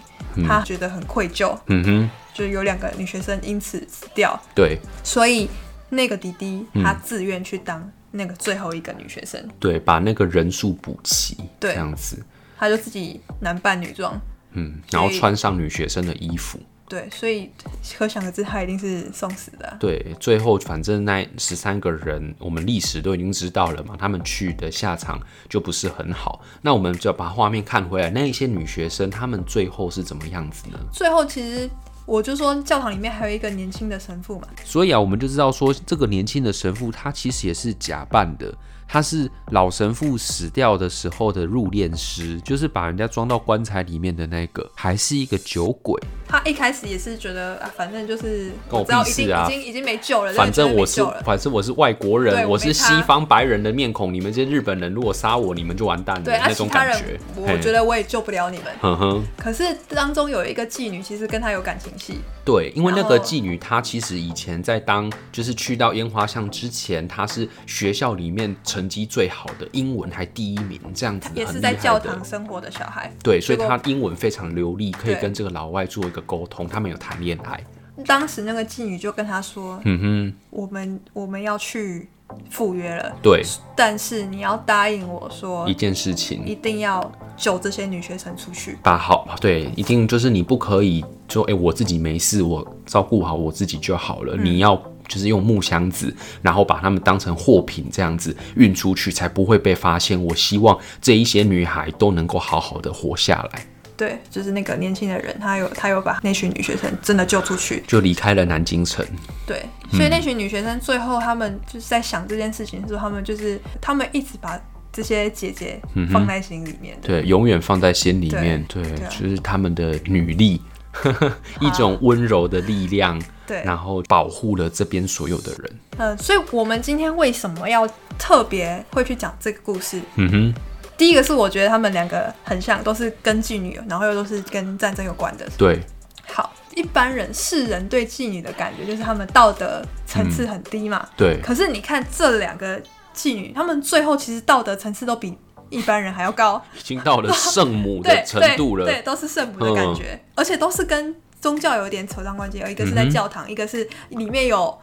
[SPEAKER 1] 他觉得很愧疚，
[SPEAKER 2] 嗯哼，
[SPEAKER 1] 就有两个女学生因此死掉，
[SPEAKER 2] 对
[SPEAKER 1] 所以那个弟弟
[SPEAKER 2] 嗯
[SPEAKER 1] 他自愿去当那个最后一个女学生，
[SPEAKER 2] 对，把那个人数补齐，
[SPEAKER 1] 对
[SPEAKER 2] 这样子，
[SPEAKER 1] 他就自己男扮女装。
[SPEAKER 2] 嗯，然后
[SPEAKER 1] 所以
[SPEAKER 2] 穿上女学生的衣服。
[SPEAKER 1] 对，所以可想而知，他一定是送死的啊、
[SPEAKER 2] 对，最后反正那十三个人，我们历史都已经知道了嘛，他们去的下场就不是很好。那我们就把画面看回来，那一些女学生，她们最后是怎么样子呢？
[SPEAKER 1] 最后其实我就说，教堂里面还有一个年轻的神父嘛，
[SPEAKER 2] 所以啊，我们就知道说，这个年轻的神父他其实也是假扮的，他是老神父死掉的时候的入殓师，就是把人家装到棺材里面的那个，还是一个酒鬼。
[SPEAKER 1] 他一开始也是觉得啊，反正就是
[SPEAKER 2] 跟我
[SPEAKER 1] 我知道
[SPEAKER 2] 屁
[SPEAKER 1] 已
[SPEAKER 2] 事
[SPEAKER 1] 经、
[SPEAKER 2] 啊
[SPEAKER 1] 已经已经没救了，
[SPEAKER 2] 反正
[SPEAKER 1] 真的没
[SPEAKER 2] 我是
[SPEAKER 1] 救了，
[SPEAKER 2] 反正我是外国人，
[SPEAKER 1] 对
[SPEAKER 2] 我
[SPEAKER 1] 我
[SPEAKER 2] 是
[SPEAKER 1] 没
[SPEAKER 2] 西
[SPEAKER 1] 差
[SPEAKER 2] 方白人的面孔，你们这些日本人如果杀我，你们就完蛋了，
[SPEAKER 1] 对，啊，
[SPEAKER 2] 那
[SPEAKER 1] 其
[SPEAKER 2] 种
[SPEAKER 1] 他
[SPEAKER 2] 感
[SPEAKER 1] 人
[SPEAKER 2] 觉。
[SPEAKER 1] 我
[SPEAKER 2] 嘿
[SPEAKER 1] 觉，得我也救不了你们。
[SPEAKER 2] 哼哼，
[SPEAKER 1] 可是当中有一个妓女，其实跟他有感情戏，
[SPEAKER 2] 对，因为那个
[SPEAKER 1] 然后
[SPEAKER 2] 妓女她其实以前在当，就是去到烟花巷之前，她是学校里面成绩最好的，英文还第一名，这样子
[SPEAKER 1] 也
[SPEAKER 2] 很
[SPEAKER 1] 是
[SPEAKER 2] 厉害
[SPEAKER 1] 在教
[SPEAKER 2] 的
[SPEAKER 1] 堂。生活的小孩。
[SPEAKER 2] 对，所以
[SPEAKER 1] 结果
[SPEAKER 2] 她英文非常流利，可以
[SPEAKER 1] 对
[SPEAKER 2] 跟这个老外做一个沟通。他们有谈恋爱，
[SPEAKER 1] 当时那个妓女就跟他说：“
[SPEAKER 2] 嗯
[SPEAKER 1] 我们我们要去赴约了
[SPEAKER 2] 哼，，对，
[SPEAKER 1] 但是你要答应我说
[SPEAKER 2] 一，件事情
[SPEAKER 1] 一定要救这些女学生出去。
[SPEAKER 2] 把好，对，一定就是你不可以说，哎、我自己没事，我照顾好我自己就好了。你要就是用木箱子，然后把它们当成货品这样子运出去，才不会被发现。我希望这一些女孩都能够好好的活下来，”
[SPEAKER 1] 对，就是那个年轻的人，他有他有把那群女学生真的救出去。
[SPEAKER 2] 就离开了南京城。
[SPEAKER 1] 对，所以那群女学生最后他们就是在想这件事情的时候，他们就是他们一直把这些姐姐放在心里面。
[SPEAKER 2] 对，永远放在心里面。对，
[SPEAKER 1] 啊
[SPEAKER 2] 就是他们的女力， 一种温柔的力量，
[SPEAKER 1] 对，
[SPEAKER 2] 然后保护了这边所有的人。
[SPEAKER 1] 嗯、所以我们今天为什么要特别会去讲这个故事？
[SPEAKER 2] 嗯哼，
[SPEAKER 1] 第一个是我觉得他们两个很像，都是跟妓女，然后又都是跟战争有关的。
[SPEAKER 2] 对，
[SPEAKER 1] 好，一般人世人对妓女的感觉就是他们道德层次很低嘛。
[SPEAKER 2] 对，
[SPEAKER 1] 可是你看这两个妓女，她们最后其实道德层次都比一般人还要高，
[SPEAKER 2] 已经到了圣母
[SPEAKER 1] 对
[SPEAKER 2] 的程
[SPEAKER 1] 对
[SPEAKER 2] 度了。嗯
[SPEAKER 1] 对，都是圣母的感觉，而且都是跟宗教有点扯上关系，有一个是在
[SPEAKER 2] 嗯哼
[SPEAKER 1] 教堂，一个是里面有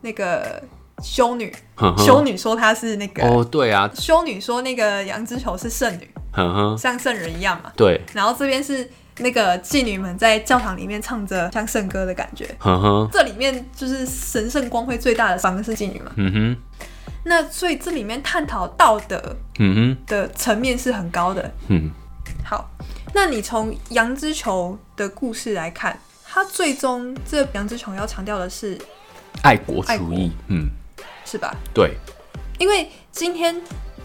[SPEAKER 1] 那个修女，
[SPEAKER 2] 嗯哼哼
[SPEAKER 1] 修女说她是那个、
[SPEAKER 2] 哦，对啊，
[SPEAKER 1] 修女说那个杨之球是圣女，
[SPEAKER 2] 哼哼，
[SPEAKER 1] 像圣人一样嘛，
[SPEAKER 2] 对，
[SPEAKER 1] 然后这边是那个妓女们在教堂里面唱着像圣歌的感觉。
[SPEAKER 2] 哼哼，
[SPEAKER 1] 这里面就是神圣光辉最大的反而是妓女嘛，
[SPEAKER 2] 嗯哼，
[SPEAKER 1] 那所以这里面探讨道德
[SPEAKER 2] 嗯
[SPEAKER 1] 的层面是很高的。
[SPEAKER 2] 哼，嗯，
[SPEAKER 1] 好，那你从杨之球的故事来看，他最终这杨之球要强调的是，
[SPEAKER 2] 爱国主义，嗯，
[SPEAKER 1] 是吧？
[SPEAKER 2] 对，
[SPEAKER 1] 因为今天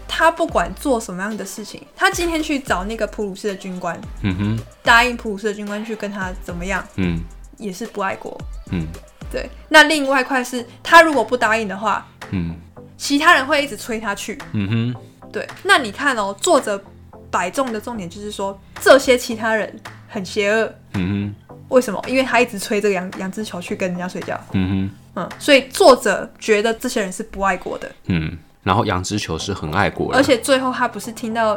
[SPEAKER 1] 他不管做什么样的事情，他今天去找那个普鲁士的军官，
[SPEAKER 2] 嗯哼，
[SPEAKER 1] 答应普鲁士的军官去跟他怎么样，
[SPEAKER 2] 嗯
[SPEAKER 1] 也是不爱国。
[SPEAKER 2] 嗯
[SPEAKER 1] 对，那另外一块是他如果不答应的话，
[SPEAKER 2] 嗯
[SPEAKER 1] 其他人会一直催他去。
[SPEAKER 2] 嗯哼，
[SPEAKER 1] 对，那你看哦，作者摆重的重点就是说，这些其他人很邪恶，
[SPEAKER 2] 嗯哼，
[SPEAKER 1] 为什么？因为他一直催这个杨杨之球去跟人家睡觉，
[SPEAKER 2] 嗯哼，
[SPEAKER 1] 嗯，所以作者觉得这些人是不爱国的，
[SPEAKER 2] 嗯。然后杨之球是很爱国人，
[SPEAKER 1] 而且最后他不是听到、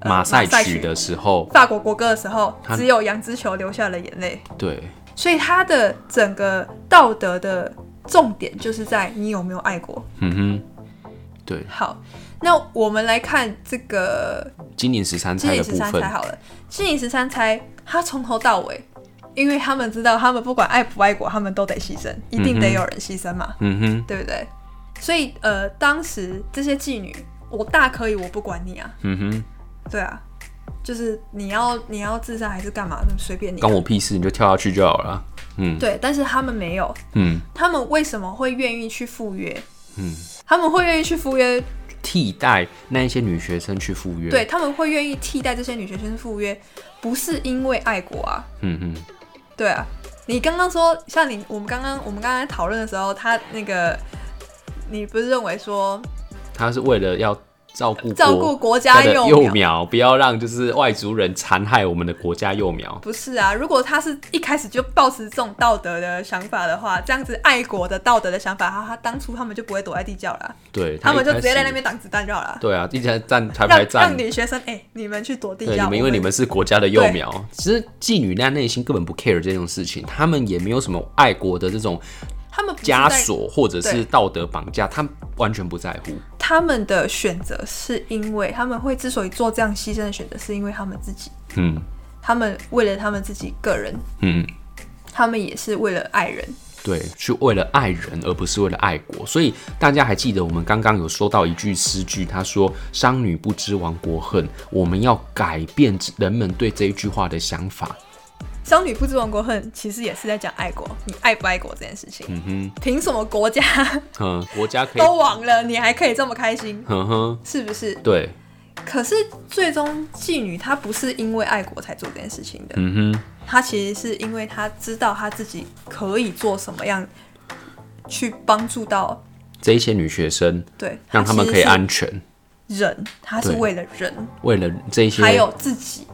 [SPEAKER 1] 呃
[SPEAKER 2] 马赛曲的时候，
[SPEAKER 1] 法国国歌的时候
[SPEAKER 2] 他，
[SPEAKER 1] 只有杨之球流下了眼泪，
[SPEAKER 2] 对，
[SPEAKER 1] 所以他的整个道德的重点就是在你有没有爱国。
[SPEAKER 2] 嗯哼，对，
[SPEAKER 1] 好，那我们来看这个
[SPEAKER 2] 金陵十三
[SPEAKER 1] 金
[SPEAKER 2] 钗
[SPEAKER 1] 陵
[SPEAKER 2] 的
[SPEAKER 1] 十
[SPEAKER 2] 部
[SPEAKER 1] 三
[SPEAKER 2] 分
[SPEAKER 1] 钗，好了，金陵十三钗她从头到尾，因为他们知道他们不管爱不爱国，他们都得牺牲，一定得有人牺牲嘛，
[SPEAKER 2] 嗯哼，
[SPEAKER 1] 对不对？所以呃，当时这些妓女，我大可以我不管你啊，
[SPEAKER 2] 嗯哼，
[SPEAKER 1] 对啊，就是你要你要自杀还是干嘛，随便你啊、
[SPEAKER 2] 关我屁事，你就跳下去就好了。嗯
[SPEAKER 1] 对，但是他们没有，
[SPEAKER 2] 嗯，
[SPEAKER 1] 他们为什么会愿意去赴约？
[SPEAKER 2] 嗯，
[SPEAKER 1] 他们会愿意去赴约，
[SPEAKER 2] 替代那一些女学生去赴约。
[SPEAKER 1] 对，，他们会愿意替代这些女学生赴约，不是因为爱国啊，
[SPEAKER 2] 嗯哼，
[SPEAKER 1] 对啊，你刚刚说像你，我们刚刚我们刚刚在讨论的时候，他那个，你不是认为说
[SPEAKER 2] 他是为了要照顾
[SPEAKER 1] 照顾国家
[SPEAKER 2] 的
[SPEAKER 1] 幼
[SPEAKER 2] 幼
[SPEAKER 1] 苗
[SPEAKER 2] 苗，不要让就是外族人残害我们的国家幼苗。
[SPEAKER 1] 不是啊，如果他是一开始就抱持这种道德的想法的话，这样子爱国的道德的想法，他他当初他们就不会躲在地窖了，
[SPEAKER 2] 对
[SPEAKER 1] 他们就
[SPEAKER 2] 一开
[SPEAKER 1] 直接在
[SPEAKER 2] 始
[SPEAKER 1] 那边挡子弹就好了。
[SPEAKER 2] 对啊，一直在站排
[SPEAKER 1] 让
[SPEAKER 2] 排站
[SPEAKER 1] 让，女学生哎、你们去躲地
[SPEAKER 2] 对
[SPEAKER 1] 窖，
[SPEAKER 2] 你们，因为你们是国家的幼苗。其实妓女那内心根本不 care 这种事情，他们也没有什么爱国的这种
[SPEAKER 1] 他们不是
[SPEAKER 2] 枷
[SPEAKER 1] 在
[SPEAKER 2] 锁或者是
[SPEAKER 1] 对
[SPEAKER 2] 道德绑架，他们完全不在乎。
[SPEAKER 1] 他们的选择是因为他们会之所以做这样牺牲的选择，是因为他们自己，
[SPEAKER 2] 嗯
[SPEAKER 1] 他们为了他们自己个人，
[SPEAKER 2] 嗯，
[SPEAKER 1] 他们也是为了爱人。
[SPEAKER 2] 对，是为了爱人，而不是为了爱国。所以大家还记得我们刚刚有说到一句诗句，他说“商女不知亡国恨”，我们要改变人们对这一句话的想法。
[SPEAKER 1] 商女不知亡国恨，其实也是在讲爱国，你爱不爱国这件事情。
[SPEAKER 2] 嗯
[SPEAKER 1] 凭什么国家
[SPEAKER 2] 哼，嗯，国家可以，
[SPEAKER 1] 都亡了，你还可以这么开心，
[SPEAKER 2] 哼哼，
[SPEAKER 1] 是不是？
[SPEAKER 2] 对，
[SPEAKER 1] 可是最终妓女她不是因为爱国才做这件事情的，
[SPEAKER 2] 嗯哼。
[SPEAKER 1] 她其实是因为她知道她自己可以做什么样去帮助到
[SPEAKER 2] 这一些女学生，
[SPEAKER 1] 对，
[SPEAKER 2] 让
[SPEAKER 1] 她
[SPEAKER 2] 他们
[SPEAKER 1] 其
[SPEAKER 2] 可
[SPEAKER 1] 实
[SPEAKER 2] 以
[SPEAKER 1] 是
[SPEAKER 2] 安全，
[SPEAKER 1] 人，她是
[SPEAKER 2] 对
[SPEAKER 1] 为了人，
[SPEAKER 2] 为了这一些
[SPEAKER 1] 还有自己，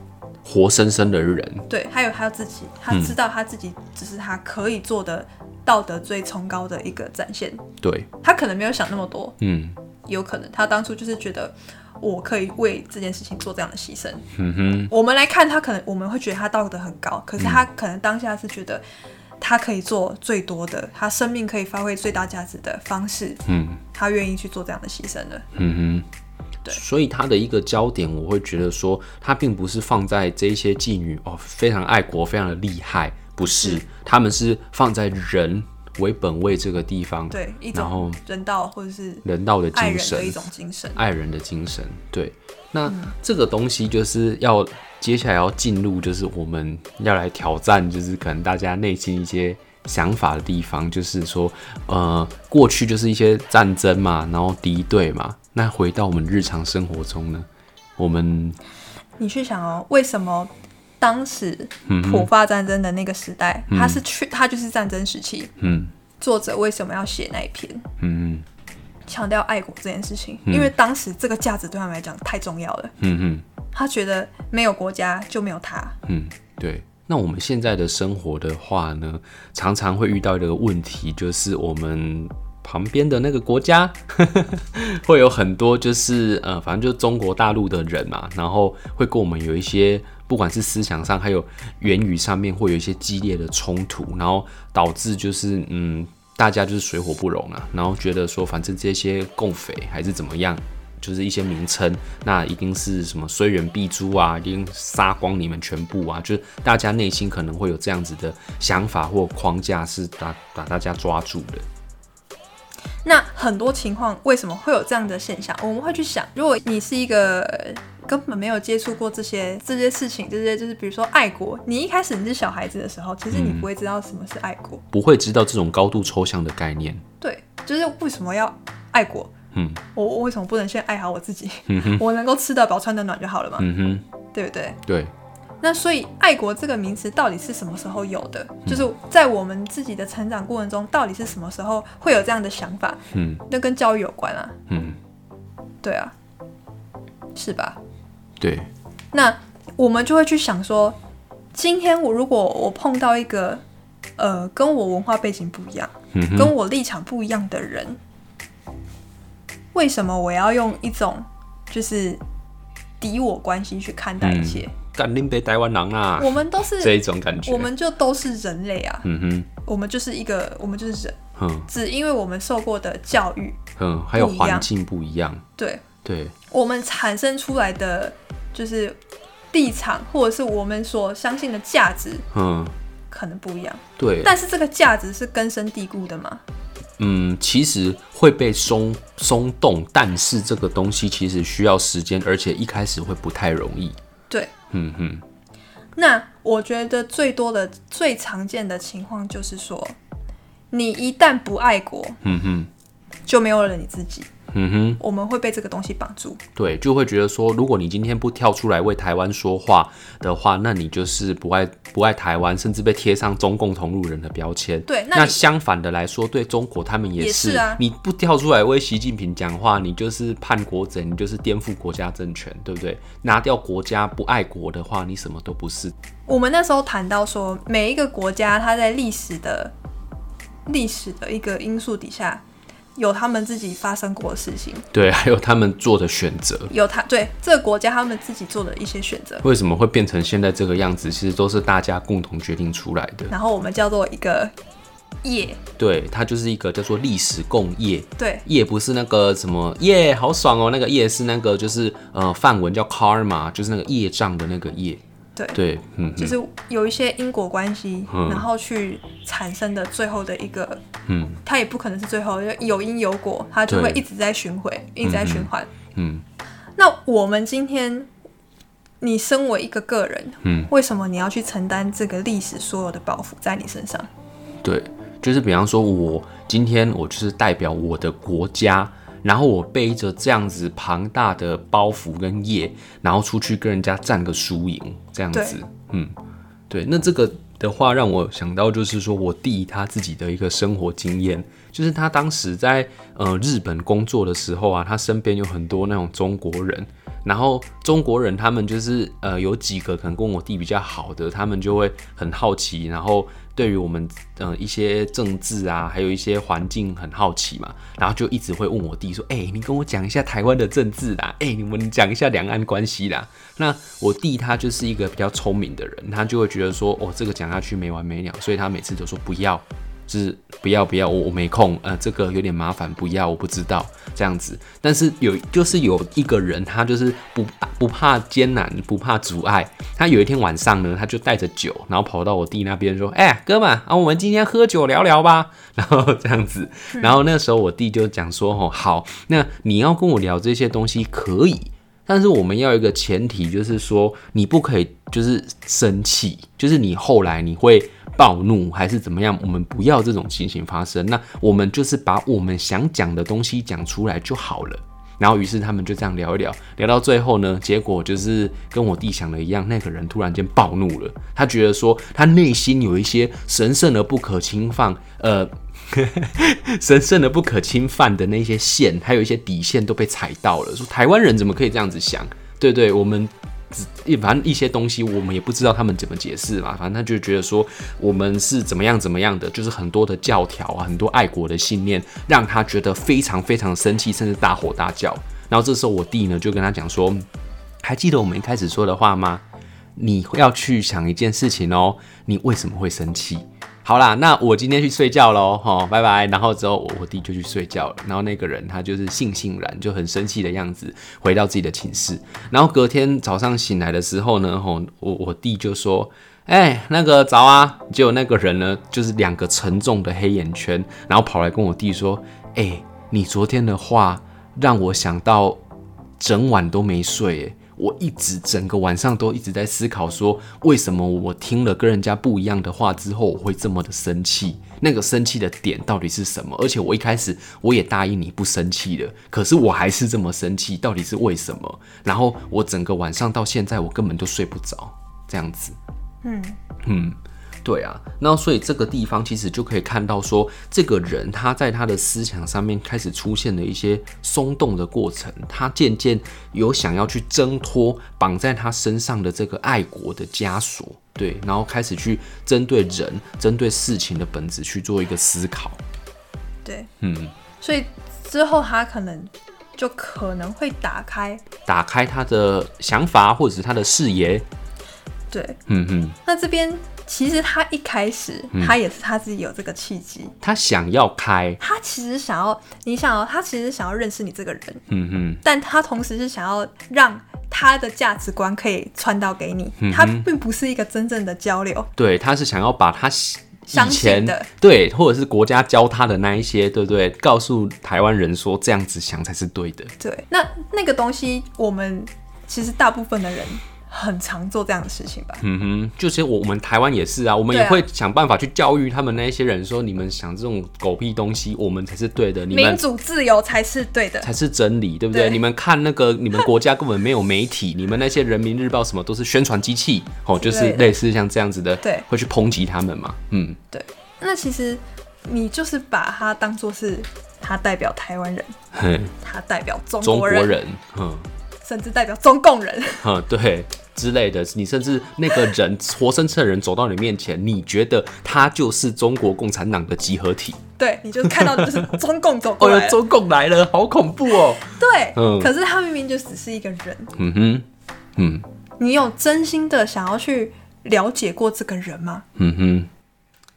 [SPEAKER 2] 活生生的人，
[SPEAKER 1] 对，还有她自己，她
[SPEAKER 2] 嗯
[SPEAKER 1] 知道她自己只是她可以做的道德最崇高的一个展现，
[SPEAKER 2] 对，
[SPEAKER 1] 她可能没有想那么多，
[SPEAKER 2] 嗯
[SPEAKER 1] 有可能她当初就是觉得。我可以为这件事情做这样的牺牲，
[SPEAKER 2] 嗯哼，
[SPEAKER 1] 我们来看他，可能我们会觉得他道德很高，可是他可能当下是觉得他可以做最多的，他生命可以发挥最大价值的方式，
[SPEAKER 2] 嗯
[SPEAKER 1] 他愿意去做这样的牺牲的。
[SPEAKER 2] 嗯哼。
[SPEAKER 1] 对
[SPEAKER 2] 所以他的一个焦点，我会觉得说，他并不是放在这一些妓女哦，非常爱国，非常的厉害，不是，他们是放在人为本位这个地方，
[SPEAKER 1] 对，一
[SPEAKER 2] 然后
[SPEAKER 1] 种人道或者是
[SPEAKER 2] 人道的
[SPEAKER 1] 爱
[SPEAKER 2] 精
[SPEAKER 1] 人的一
[SPEAKER 2] 神，
[SPEAKER 1] 种精神。
[SPEAKER 2] 爱人的精神，对。那这个东西就是要接下来要进入，就是我们要来挑战，就是可能大家内心一些想法的地方，就是说，呃，过去就是一些战争嘛，然后敌对嘛。那回到我们日常生活中呢，我们
[SPEAKER 1] 你去想哦，为什么当时
[SPEAKER 2] 嗯
[SPEAKER 1] 普法战争的那个时代，它是去它就是战争时期，
[SPEAKER 2] 嗯
[SPEAKER 1] 作者为什么要写那一篇？
[SPEAKER 2] 嗯
[SPEAKER 1] 强调爱国这件事情，因为当时这个价值对他们来讲太重要了。
[SPEAKER 2] 嗯嗯
[SPEAKER 1] 他觉得没有国家就没有他，
[SPEAKER 2] 嗯，对。那我们现在的生活的话呢，常常会遇到一个问题，就是我们旁边的那个国家 会有很多就是呃，反正就是中国大陆的人嘛，然后会跟我们有一些不管是思想上还有言语上面会有一些激烈的冲突，然后导致就是嗯，大家就是水火不容啊，然后觉得说反正这些共匪还是怎么样。就是一些名称，那一定是什么虽远必诛啊，一定杀光你们全部啊！就是大家内心可能会有这样子的想法或框架，是把把大家抓住的。
[SPEAKER 1] 那很多情况为什么会有这样的现象？我们会去想，如果你是一个呃根本没有接触过这些这些事情，这些就是比如说爱国，你一开始你是小孩子的时候，其实
[SPEAKER 2] 嗯
[SPEAKER 1] 你不会知道什么是爱国，
[SPEAKER 2] 不会知道这种高度抽象的概念。
[SPEAKER 1] 对，就是为什么要爱国？
[SPEAKER 2] 嗯
[SPEAKER 1] 我我为什么不能先爱好我自己？
[SPEAKER 2] 嗯哼
[SPEAKER 1] 我能够吃得饱、穿得暖就好了嘛，
[SPEAKER 2] 嗯哼，
[SPEAKER 1] 对不对？
[SPEAKER 2] 对，
[SPEAKER 1] 那所以“爱国”这个名词到底是什么时候有的？
[SPEAKER 2] 嗯
[SPEAKER 1] 就是在我们自己的成长过程中，到底是什么时候会有这样的想法？
[SPEAKER 2] 嗯
[SPEAKER 1] 那跟教育有关啊，
[SPEAKER 2] 嗯
[SPEAKER 1] 对啊，是吧？
[SPEAKER 2] 对，
[SPEAKER 1] 那我们就会去想说，今天我如果我碰到一个呃跟我文化背景不一样、
[SPEAKER 2] 嗯哼
[SPEAKER 1] 跟我立场不一样的人，为什么我要用一种就是敌我关系去看待一切？
[SPEAKER 2] 嗯干林北台湾狼啊，
[SPEAKER 1] 我们都
[SPEAKER 2] 这一
[SPEAKER 1] 是，
[SPEAKER 2] 种感觉。
[SPEAKER 1] 我们就都是人类啊，
[SPEAKER 2] 嗯哼
[SPEAKER 1] 我们就是一个，我们就是人，
[SPEAKER 2] 哼
[SPEAKER 1] 只因为我们受过的教育，
[SPEAKER 2] 哼，还有
[SPEAKER 1] 不一样
[SPEAKER 2] 环境不一样，
[SPEAKER 1] 对
[SPEAKER 2] 对，
[SPEAKER 1] 我们产生出来的就是立场，或者是我们所相信的价值，
[SPEAKER 2] 嗯
[SPEAKER 1] 可能不一样。
[SPEAKER 2] 对，
[SPEAKER 1] 但是这个价值是根深蒂固的嘛？
[SPEAKER 2] 嗯，其实会被松松动，但是这个东西其实需要时间，而且一开始会不太容易。
[SPEAKER 1] 对，
[SPEAKER 2] 嗯哼，
[SPEAKER 1] 那我觉得最多的、最常见的情况就是说，你一旦不爱国，
[SPEAKER 2] 嗯哼，
[SPEAKER 1] 就没有了你自己。
[SPEAKER 2] 嗯哼，
[SPEAKER 1] 我们会被这个东西绑住。
[SPEAKER 2] 对，就会觉得说，如果你今天不跳出来为台湾说话的话，那你就是不爱不爱台湾，甚至被贴上中共同路人的标签。
[SPEAKER 1] 对那
[SPEAKER 2] 那
[SPEAKER 1] 你
[SPEAKER 2] 相反的来说，对中国他们
[SPEAKER 1] 也
[SPEAKER 2] 是，
[SPEAKER 1] 是啊
[SPEAKER 2] 你不跳出来为习近平讲话，你就是叛国贼，你就是颠覆国家政权，对不对？拿掉国家不爱国的话，你什么都不是。
[SPEAKER 1] 我们那时候谈到说，每一个国家它在历史的历史的一个因素底下，有他们自己发生过的事情，
[SPEAKER 2] 对，还有他们做的选择。
[SPEAKER 1] 有他对这个国家他们自己做的一些选择，
[SPEAKER 2] 为什么会变成现在这个样子？其实都是大家共同决定出来的。
[SPEAKER 1] 然后我们叫做一个业，
[SPEAKER 2] 对，它就是一个叫做历史共业。
[SPEAKER 1] 对
[SPEAKER 2] 业不是那个什么业，好爽哦。那个业是那个就是呃范文叫 karma，就是那个业障的那个业。
[SPEAKER 1] 对，
[SPEAKER 2] 对，嗯
[SPEAKER 1] 就
[SPEAKER 2] 嗯
[SPEAKER 1] 是有一些因果关系，
[SPEAKER 2] 嗯
[SPEAKER 1] 然后去产生的最后的一个，
[SPEAKER 2] 嗯
[SPEAKER 1] 它也不可能是最后，就有因有果，它就会
[SPEAKER 2] 对
[SPEAKER 1] 一直在巡回，一直在循环。
[SPEAKER 2] 嗯
[SPEAKER 1] 那我们今天，你身为一个个人，
[SPEAKER 2] 嗯，
[SPEAKER 1] 为什么你要去承担这个历史所有的包袱在你身上？
[SPEAKER 2] 对，就是比方说我今天我就是代表我的国家。然后我背着这样子庞大的包袱跟业，然后出去跟人家战个输赢，这样子
[SPEAKER 1] 对，
[SPEAKER 2] 嗯，对。那这个的话，让我想到就是说我弟他自己的一个生活经验，就是他当时在呃日本工作的时候啊，他身边有很多那种中国人，然后中国人他们就是呃有几个可能跟我弟比较好的，他们就会很好奇，然后对于我们呃一些政治啊，还有一些环境很好奇嘛，然后就一直会问我弟说：“哎、你跟我讲一下台湾的政治啦，哎、你们讲一下两岸关系啦。”那我弟他就是一个比较聪明的人，他就会觉得说：“哦，这个讲下去没完没了。”所以他每次都说不要。就是不要不要，我我没空，呃，这个有点麻烦，不要，我不知道这样子。但是有就是有一个人，他就是不不怕艰难，不怕阻碍。他有一天晚上呢，他就带着酒，然后跑到我弟那边说：“哎、哥们啊，我们今天喝酒聊聊吧。” 然后这样子，然后那时候我弟就讲说：“哦，好，那你要跟我聊这些东西可以，但是我们要有一个前提，就是说你不可以就是生气，就是你后来你会暴怒还是怎么样，我们不要这种情形发生。那我们就是把我们想讲的东西讲出来就好了。然后于是他们就这样聊一聊，聊到最后呢，结果就是跟我弟想的一样，那个人突然间暴怒了，他觉得说他内心有一些神圣而不可侵犯，呃。神圣的不可侵犯的那些线，还有一些底线都被踩到了。说台湾人怎么可以这样子想？对对，我们只一反正一些东西我们也不知道他们怎么解释嘛。反正他就觉得说我们是怎么样怎么样的，就是很多的教条啊，很多爱国的信念，让他觉得非常非常生气，甚至大吼大叫。然后这时候我弟呢就跟他讲说，还记得我们一开始说的话吗？你要去想一件事情哦，你为什么会生气？好啦，那我今天去睡觉喽，哈、拜拜。然后之后我我弟就去睡觉了，然后那个人他就是悻悻然，就很生气的样子，回到自己的寝室。然后隔天早上醒来的时候呢，吼、我我弟就说。哎、那个早啊！结果那个人呢，就是两个沉重的黑眼圈，然后跑来跟我弟说：“哎、你昨天的话让我想到整晚都没睡耶，我一直整个晚上都一直在思考说，为什么我听了跟人家不一样的话之后，我会这么的生气？那个生气的点到底是什么？而且我一开始我也答应你不生气了，可是我还是这么生气，到底是为什么？然后我整个晚上到现在，我根本就睡不着，这样子。
[SPEAKER 1] 嗯，
[SPEAKER 2] 嗯，对啊，那所以这个地方其实就可以看到说，这个人他在他的思想上面开始出现了一些松动的过程，他渐渐有想要去挣脱绑在他身上的这个爱国的枷锁，对，然后开始去针对人、针对事情的本质去做一个思考。
[SPEAKER 1] 对，
[SPEAKER 2] 嗯，
[SPEAKER 1] 所以之后他可能就可能会打开，
[SPEAKER 2] 打开他的想法或者是他的视野。
[SPEAKER 1] 对。
[SPEAKER 2] 嗯嗯，
[SPEAKER 1] 那这边其实他一开始、他也是他自己有这个契机，
[SPEAKER 2] 他想要开。
[SPEAKER 1] 他其实想要你想要他其实想要认识你这个人，
[SPEAKER 2] 嗯嗯，
[SPEAKER 1] 但他同时是想要让他的价值观可以传导给你，
[SPEAKER 2] 嗯
[SPEAKER 1] 他并不是一个真正的交流。
[SPEAKER 2] 对，他是想要把他
[SPEAKER 1] 相信
[SPEAKER 2] 以前
[SPEAKER 1] 的
[SPEAKER 2] 对，或者是国家教他的那一些，对不对？告诉台湾人说这样子想才是对的。
[SPEAKER 1] 对，那那个东西，我们其实大部分的人很常做这样的事情吧？
[SPEAKER 2] 嗯哼，就是我我们台湾也是啊，我们也
[SPEAKER 1] 对啊
[SPEAKER 2] 会想办法去教育他们那一些人说，你们想这种狗屁东西，我们才是对的，你
[SPEAKER 1] 民
[SPEAKER 2] 们
[SPEAKER 1] 主自由才是对的，
[SPEAKER 2] 才是真理，对不对？
[SPEAKER 1] 对
[SPEAKER 2] 你们看那个，你们国家根本没有媒体，你们那些人民日报什么都是宣传机器，哦，就
[SPEAKER 1] 之
[SPEAKER 2] 是
[SPEAKER 1] 类的
[SPEAKER 2] 类似像这样子的，
[SPEAKER 1] 对
[SPEAKER 2] 会去抨击他们嘛，嗯，
[SPEAKER 1] 对。那其实你就是把它当做是他代表台湾人，
[SPEAKER 2] 嘿，
[SPEAKER 1] 他代表中
[SPEAKER 2] 中国
[SPEAKER 1] 人，
[SPEAKER 2] 人，嗯
[SPEAKER 1] 甚至代表中共人。
[SPEAKER 2] 嗯，对。之类的，你甚至那个人活生生的人走到你面前，你觉得他就是中国共产党的集合体？
[SPEAKER 1] 对，你就是看到就是中共走过
[SPEAKER 2] 哦
[SPEAKER 1] 来
[SPEAKER 2] 哟，
[SPEAKER 1] 了，
[SPEAKER 2] 中共来了，好恐怖哦！
[SPEAKER 1] 对，
[SPEAKER 2] 嗯
[SPEAKER 1] 可是他明明就只是一个人，
[SPEAKER 2] 嗯哼，嗯
[SPEAKER 1] 你有真心的想要去了解过这个人吗？
[SPEAKER 2] 嗯哼，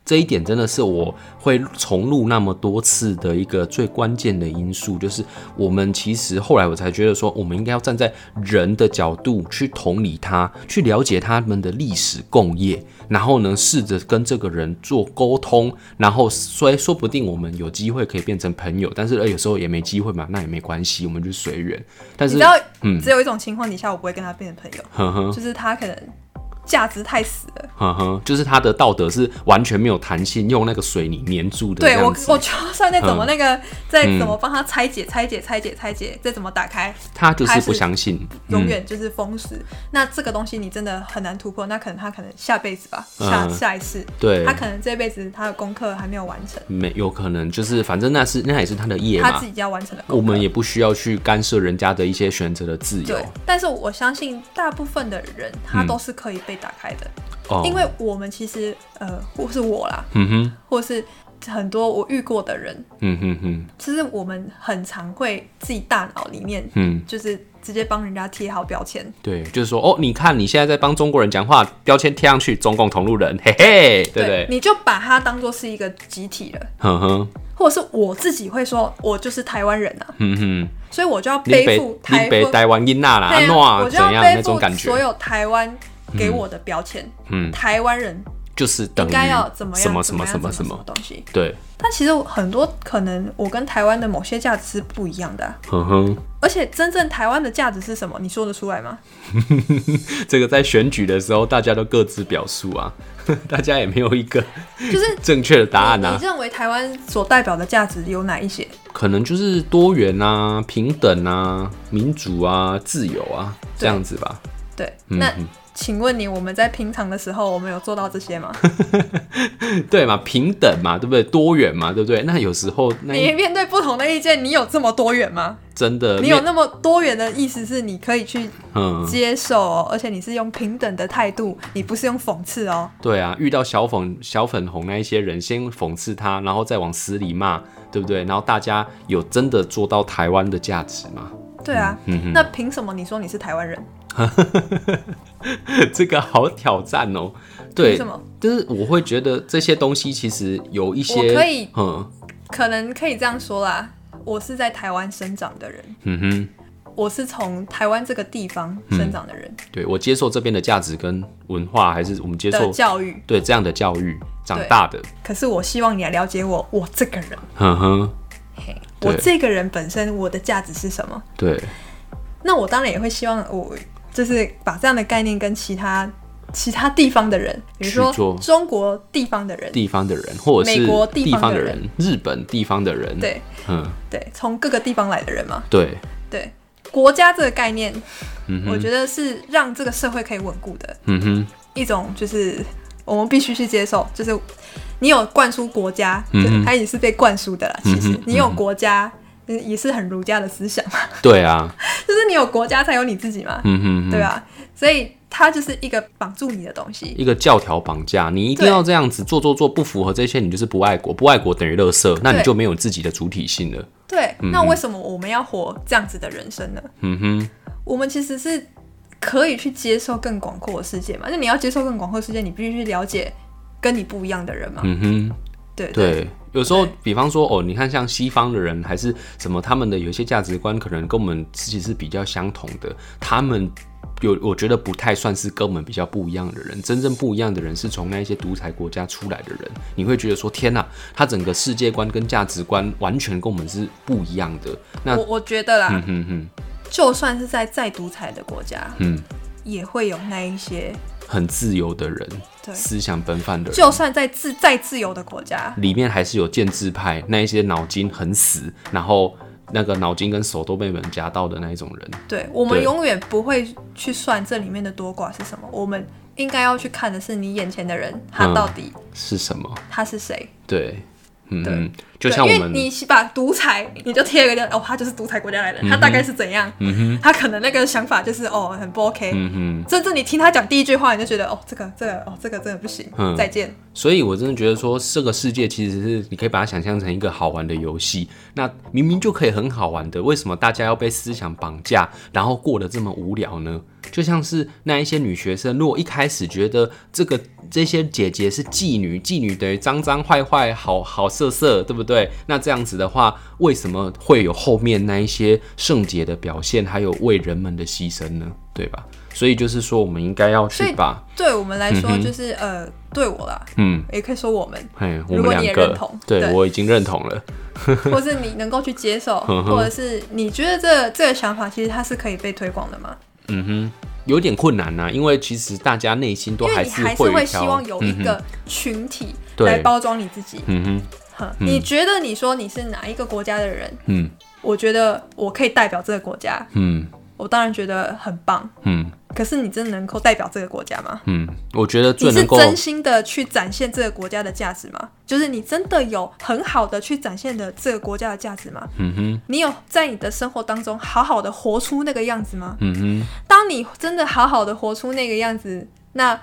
[SPEAKER 2] 这一点真的是我会重录那么多次的一个最关键的因素，就是我们其实后来我才觉得说，我们应该要站在人的角度去同理他，去了解他们的历史共业，然后呢，试着跟这个人做沟通，然后虽说不定我们有机会可以变成朋友，但是呃有时候也没机会嘛，那也没关系，我们就随缘。但
[SPEAKER 1] 你
[SPEAKER 2] 是
[SPEAKER 1] 知，道，
[SPEAKER 2] 嗯哦
[SPEAKER 1] 只有一种情况底下我不会跟他变成朋友，
[SPEAKER 2] 呵呵。
[SPEAKER 1] 就是他可能价值太死了。
[SPEAKER 2] 呵呵，就是他的道德是完全没有弹性，用那个水泥粘住的这
[SPEAKER 1] 对我
[SPEAKER 2] 样，子。
[SPEAKER 1] 我就算再怎么
[SPEAKER 2] 嗯
[SPEAKER 1] 那个，再怎么帮他拆解、拆解、拆解、拆解，再怎么打开，
[SPEAKER 2] 他就是
[SPEAKER 1] 还是
[SPEAKER 2] 不相信，
[SPEAKER 1] 永
[SPEAKER 2] 嗯
[SPEAKER 1] 远就是封死。那这个东西你真的很难突破，那可能他可能下辈子吧，下、
[SPEAKER 2] 嗯
[SPEAKER 1] 下一次，
[SPEAKER 2] 对
[SPEAKER 1] 他可能这辈子他的功课还没有完成，
[SPEAKER 2] 没有可能，就是反正那是那也是他的业
[SPEAKER 1] 他
[SPEAKER 2] 嘛
[SPEAKER 1] 自，己要完成的功课。
[SPEAKER 2] 我们也不需要去干涉人家的一些选择的自由
[SPEAKER 1] 对。，但是我相信大部分的人他都是可以被打开的，
[SPEAKER 2] 嗯哦
[SPEAKER 1] 因为我们其实呃，或是我啦，
[SPEAKER 2] 嗯哼，
[SPEAKER 1] 或是很多我遇过的人，
[SPEAKER 2] 嗯哼哼，
[SPEAKER 1] 其实我们很常会自己大脑里面
[SPEAKER 2] 嗯，
[SPEAKER 1] 就是直接帮人家贴好标签，
[SPEAKER 2] 对，就是说哦，你看你现在在帮中国人讲话，标签贴上去，中共同路人，嘿嘿，对不对？
[SPEAKER 1] 你就把它当做是一个集体了，
[SPEAKER 2] 哼哼，
[SPEAKER 1] 或者是我自己会说，我就是台湾人啊，
[SPEAKER 2] 嗯哼，
[SPEAKER 1] 所以我就要
[SPEAKER 2] 林
[SPEAKER 1] 背
[SPEAKER 2] 北
[SPEAKER 1] 负台
[SPEAKER 2] 林北
[SPEAKER 1] 湾。
[SPEAKER 2] 台湾音娜啦，
[SPEAKER 1] 对
[SPEAKER 2] 安
[SPEAKER 1] 啊
[SPEAKER 2] 诺啊
[SPEAKER 1] 我
[SPEAKER 2] 怎
[SPEAKER 1] 就要
[SPEAKER 2] 样
[SPEAKER 1] 背
[SPEAKER 2] 那种
[SPEAKER 1] 负
[SPEAKER 2] 感
[SPEAKER 1] 所
[SPEAKER 2] 觉，
[SPEAKER 1] 有台湾给我的标签，
[SPEAKER 2] 嗯，
[SPEAKER 1] 台湾人
[SPEAKER 2] 就是等
[SPEAKER 1] 应
[SPEAKER 2] 于
[SPEAKER 1] 该要怎么样？
[SPEAKER 2] 什么
[SPEAKER 1] 怎
[SPEAKER 2] 什么
[SPEAKER 1] 样
[SPEAKER 2] 什么
[SPEAKER 1] 怎
[SPEAKER 2] 什
[SPEAKER 1] 么
[SPEAKER 2] 么，
[SPEAKER 1] 东西？
[SPEAKER 2] 对，
[SPEAKER 1] 但其实很多可能我跟台湾的某些价值是不一样的啊、
[SPEAKER 2] 哼哼。
[SPEAKER 1] 而且真正台湾的价值是什么？你说得出来 吗？
[SPEAKER 2] 这个在选举的时候，大家都各自表述啊， 大家也没有一个
[SPEAKER 1] 就是
[SPEAKER 2] 正确的答案
[SPEAKER 1] 你
[SPEAKER 2] 啊
[SPEAKER 1] 你，认为台湾所代表的价值有哪一些？
[SPEAKER 2] 可能就是多元啊、平等啊、民主啊、自由啊这样子吧。
[SPEAKER 1] 对，
[SPEAKER 2] 嗯
[SPEAKER 1] 那
[SPEAKER 2] 嗯
[SPEAKER 1] 请问你，我们在平常的时候，我们有做到这些 吗？
[SPEAKER 2] 对嘛，平等嘛，对不对？多元嘛，对不对？那有时候那
[SPEAKER 1] 你
[SPEAKER 2] 一
[SPEAKER 1] 面对不同的意见，你有这么多元吗？
[SPEAKER 2] 真的
[SPEAKER 1] 你有
[SPEAKER 2] 呃面
[SPEAKER 1] 那么多元的意思是你可以去
[SPEAKER 2] 嗯，
[SPEAKER 1] 接受、哦，而且你是用平等的态度，你不是用讽刺哦。
[SPEAKER 2] 对啊，遇到小粉小粉红那一些人，先讽刺他，然后再往死里骂，对不对？然后大家有真的做到台湾的价值吗？
[SPEAKER 1] 对啊，
[SPEAKER 2] 嗯哼
[SPEAKER 1] 那凭什么你说你是台湾人？
[SPEAKER 2] 这个好挑战哦。对，
[SPEAKER 1] 凭什么？
[SPEAKER 2] 就是我会觉得这些东西其实有一些，
[SPEAKER 1] 我可以
[SPEAKER 2] 嗯
[SPEAKER 1] 可能可以这样说啦，我是在台湾生长的人，
[SPEAKER 2] 嗯哼，
[SPEAKER 1] 我是从台湾这个地方
[SPEAKER 2] 嗯
[SPEAKER 1] 生长的人
[SPEAKER 2] 对我接受这边的价值跟文化，还是我们接
[SPEAKER 1] 的
[SPEAKER 2] 受
[SPEAKER 1] 教育，
[SPEAKER 2] 对这样的教育长大的，
[SPEAKER 1] 可是我希望你来了解我，我这个人，
[SPEAKER 2] 哼哼，
[SPEAKER 1] 嘿，
[SPEAKER 2] 对
[SPEAKER 1] 我这个人本身我的价值是什么？
[SPEAKER 2] 对，
[SPEAKER 1] 那我当然也会希望我就是把这样的概念跟其他其他地方的人，比如
[SPEAKER 2] 去做
[SPEAKER 1] 说中国地方的人，
[SPEAKER 2] 地方的人或者是
[SPEAKER 1] 美国地
[SPEAKER 2] 方
[SPEAKER 1] 方
[SPEAKER 2] 的
[SPEAKER 1] 的
[SPEAKER 2] 人
[SPEAKER 1] 人、
[SPEAKER 2] 日本地方的人，，
[SPEAKER 1] 对
[SPEAKER 2] 嗯，
[SPEAKER 1] 对，从各个地方来的人嘛，
[SPEAKER 2] 对，
[SPEAKER 1] 对。国家这个概念，
[SPEAKER 2] 嗯
[SPEAKER 1] 我
[SPEAKER 2] 哼，
[SPEAKER 1] 觉得是让这个社会可以稳固的
[SPEAKER 2] 嗯哼，
[SPEAKER 1] 一种，就是我们必须去接受，就是你有灌输国家，
[SPEAKER 2] 嗯
[SPEAKER 1] 就
[SPEAKER 2] 哼
[SPEAKER 1] 它也是被灌输的啦。其
[SPEAKER 2] 嗯
[SPEAKER 1] 实
[SPEAKER 2] 哼
[SPEAKER 1] 你有国家，嗯也是很儒家的思想嘛，
[SPEAKER 2] 对啊，
[SPEAKER 1] 就是你有国家才有你自己嘛，
[SPEAKER 2] 嗯哼哼
[SPEAKER 1] 对吧？所以它就是一个绑住你的东西。
[SPEAKER 2] 一个教条绑架，你一定要这样子做做做，不符合这些，你就是不爱国，不爱国等于垃圾，那你
[SPEAKER 1] 对
[SPEAKER 2] 就没有自己的主体性了。
[SPEAKER 1] 对，那为什么我们要活这样子的人生呢？
[SPEAKER 2] 嗯哼，
[SPEAKER 1] 我们其实是可以去接受更广阔的世界嘛。那你要接受更广阔的世界，你必须去了解跟你不一样的人嘛。
[SPEAKER 2] 嗯哼，
[SPEAKER 1] 对对
[SPEAKER 2] 对，有时候
[SPEAKER 1] 对
[SPEAKER 2] 比方说哦，你看像西方的人还是什么，他们的有一些价值观可能跟我们自己是比较相同的，他们。有，我觉得不太算是跟我们比较不一样的人。真正不一样的人是从那一些独裁国家出来的人，你会觉得说：天呐，他整个世界观跟价值观完全跟我们是不一样的。那，嗯
[SPEAKER 1] 我我觉得啦，
[SPEAKER 2] 嗯哼哼，
[SPEAKER 1] 就算是在再独裁的国家，
[SPEAKER 2] 嗯，
[SPEAKER 1] 也会有那一些，
[SPEAKER 2] 很自由的人，
[SPEAKER 1] 对
[SPEAKER 2] 思想奔放的人，
[SPEAKER 1] 就算在自再自由的国家，
[SPEAKER 2] 里面还是有建制派那一些脑筋很死，然后那个脑筋跟手都被人夹到的那一种人。
[SPEAKER 1] 对我们
[SPEAKER 2] 对
[SPEAKER 1] 永远不会去算这里面的多寡是什么，我们应该要去看的是你眼前的人，他
[SPEAKER 2] 嗯
[SPEAKER 1] 到底
[SPEAKER 2] 是什么？
[SPEAKER 1] 他是谁。
[SPEAKER 2] 对，嗯，
[SPEAKER 1] 对
[SPEAKER 2] 嗯就像
[SPEAKER 1] 对
[SPEAKER 2] 我
[SPEAKER 1] 因为
[SPEAKER 2] 们，
[SPEAKER 1] 你把独裁，你就贴一个标哦，他就是独裁国家来
[SPEAKER 2] 嗯
[SPEAKER 1] 的，他大概是怎样？他可能那个想法就是哦，很不 OK。
[SPEAKER 2] 嗯
[SPEAKER 1] 甚至你听他讲第一句话，你就觉得哦，这个这个哦，这个真的不行，
[SPEAKER 2] 嗯
[SPEAKER 1] 再见。
[SPEAKER 2] 哼，所以我真的觉得说，这个世界其实是你可以把它想象成一个好玩的游戏，那明明就可以很好玩的，为什么大家要被思想绑架，然后过得这么无聊呢？就像是那一些女学生，如果一开始觉得这个这些姐姐是妓女，妓女等于脏脏坏坏、好好色色，对不对？那这样子的话，为什么会有后面那一些圣洁的表现，还有为人们的牺牲呢？对吧？所以就是说，我们应该要
[SPEAKER 1] 所
[SPEAKER 2] 去
[SPEAKER 1] 以
[SPEAKER 2] 把，
[SPEAKER 1] 对我们来说，
[SPEAKER 2] 嗯哼
[SPEAKER 1] 就是、呃，对我啦，
[SPEAKER 2] 嗯，
[SPEAKER 1] 也可以说我们，
[SPEAKER 2] 嘿，我
[SPEAKER 1] 如
[SPEAKER 2] 们
[SPEAKER 1] 果你
[SPEAKER 2] 两
[SPEAKER 1] 也认
[SPEAKER 2] 个
[SPEAKER 1] 同，
[SPEAKER 2] 对
[SPEAKER 1] 对
[SPEAKER 2] 我已经认同了，
[SPEAKER 1] 或是你能够去接受，
[SPEAKER 2] 嗯哼
[SPEAKER 1] 或者是你觉得这个这个想法其实它是可以被推广的嘛？
[SPEAKER 2] 有点困难呐、因为其实大家内心都
[SPEAKER 1] 因为你
[SPEAKER 2] 是
[SPEAKER 1] 还是
[SPEAKER 2] 会
[SPEAKER 1] 会
[SPEAKER 2] 有
[SPEAKER 1] 希
[SPEAKER 2] 挑
[SPEAKER 1] 望有一
[SPEAKER 2] 嗯哼
[SPEAKER 1] 个群体
[SPEAKER 2] 对
[SPEAKER 1] 来包装你自己。
[SPEAKER 2] 嗯哼，
[SPEAKER 1] 哼，你觉得你说你是哪一个国家的人？
[SPEAKER 2] 嗯
[SPEAKER 1] 我觉得我可以代表这个国家，
[SPEAKER 2] 嗯
[SPEAKER 1] 我当然觉得很棒。
[SPEAKER 2] 嗯
[SPEAKER 1] 可是你真的能够代表这个国家吗？
[SPEAKER 2] 嗯，我觉得
[SPEAKER 1] 你
[SPEAKER 2] 最
[SPEAKER 1] 是
[SPEAKER 2] 能够，
[SPEAKER 1] 真心的去展现这个国家的价值吗？就是你真的有很好的去展现的这个国家的价值吗？
[SPEAKER 2] 嗯哼
[SPEAKER 1] 你有在你的生活当中好好的活出那个样子吗？
[SPEAKER 2] 嗯哼，
[SPEAKER 1] 当你真的好好的活出那个样子，那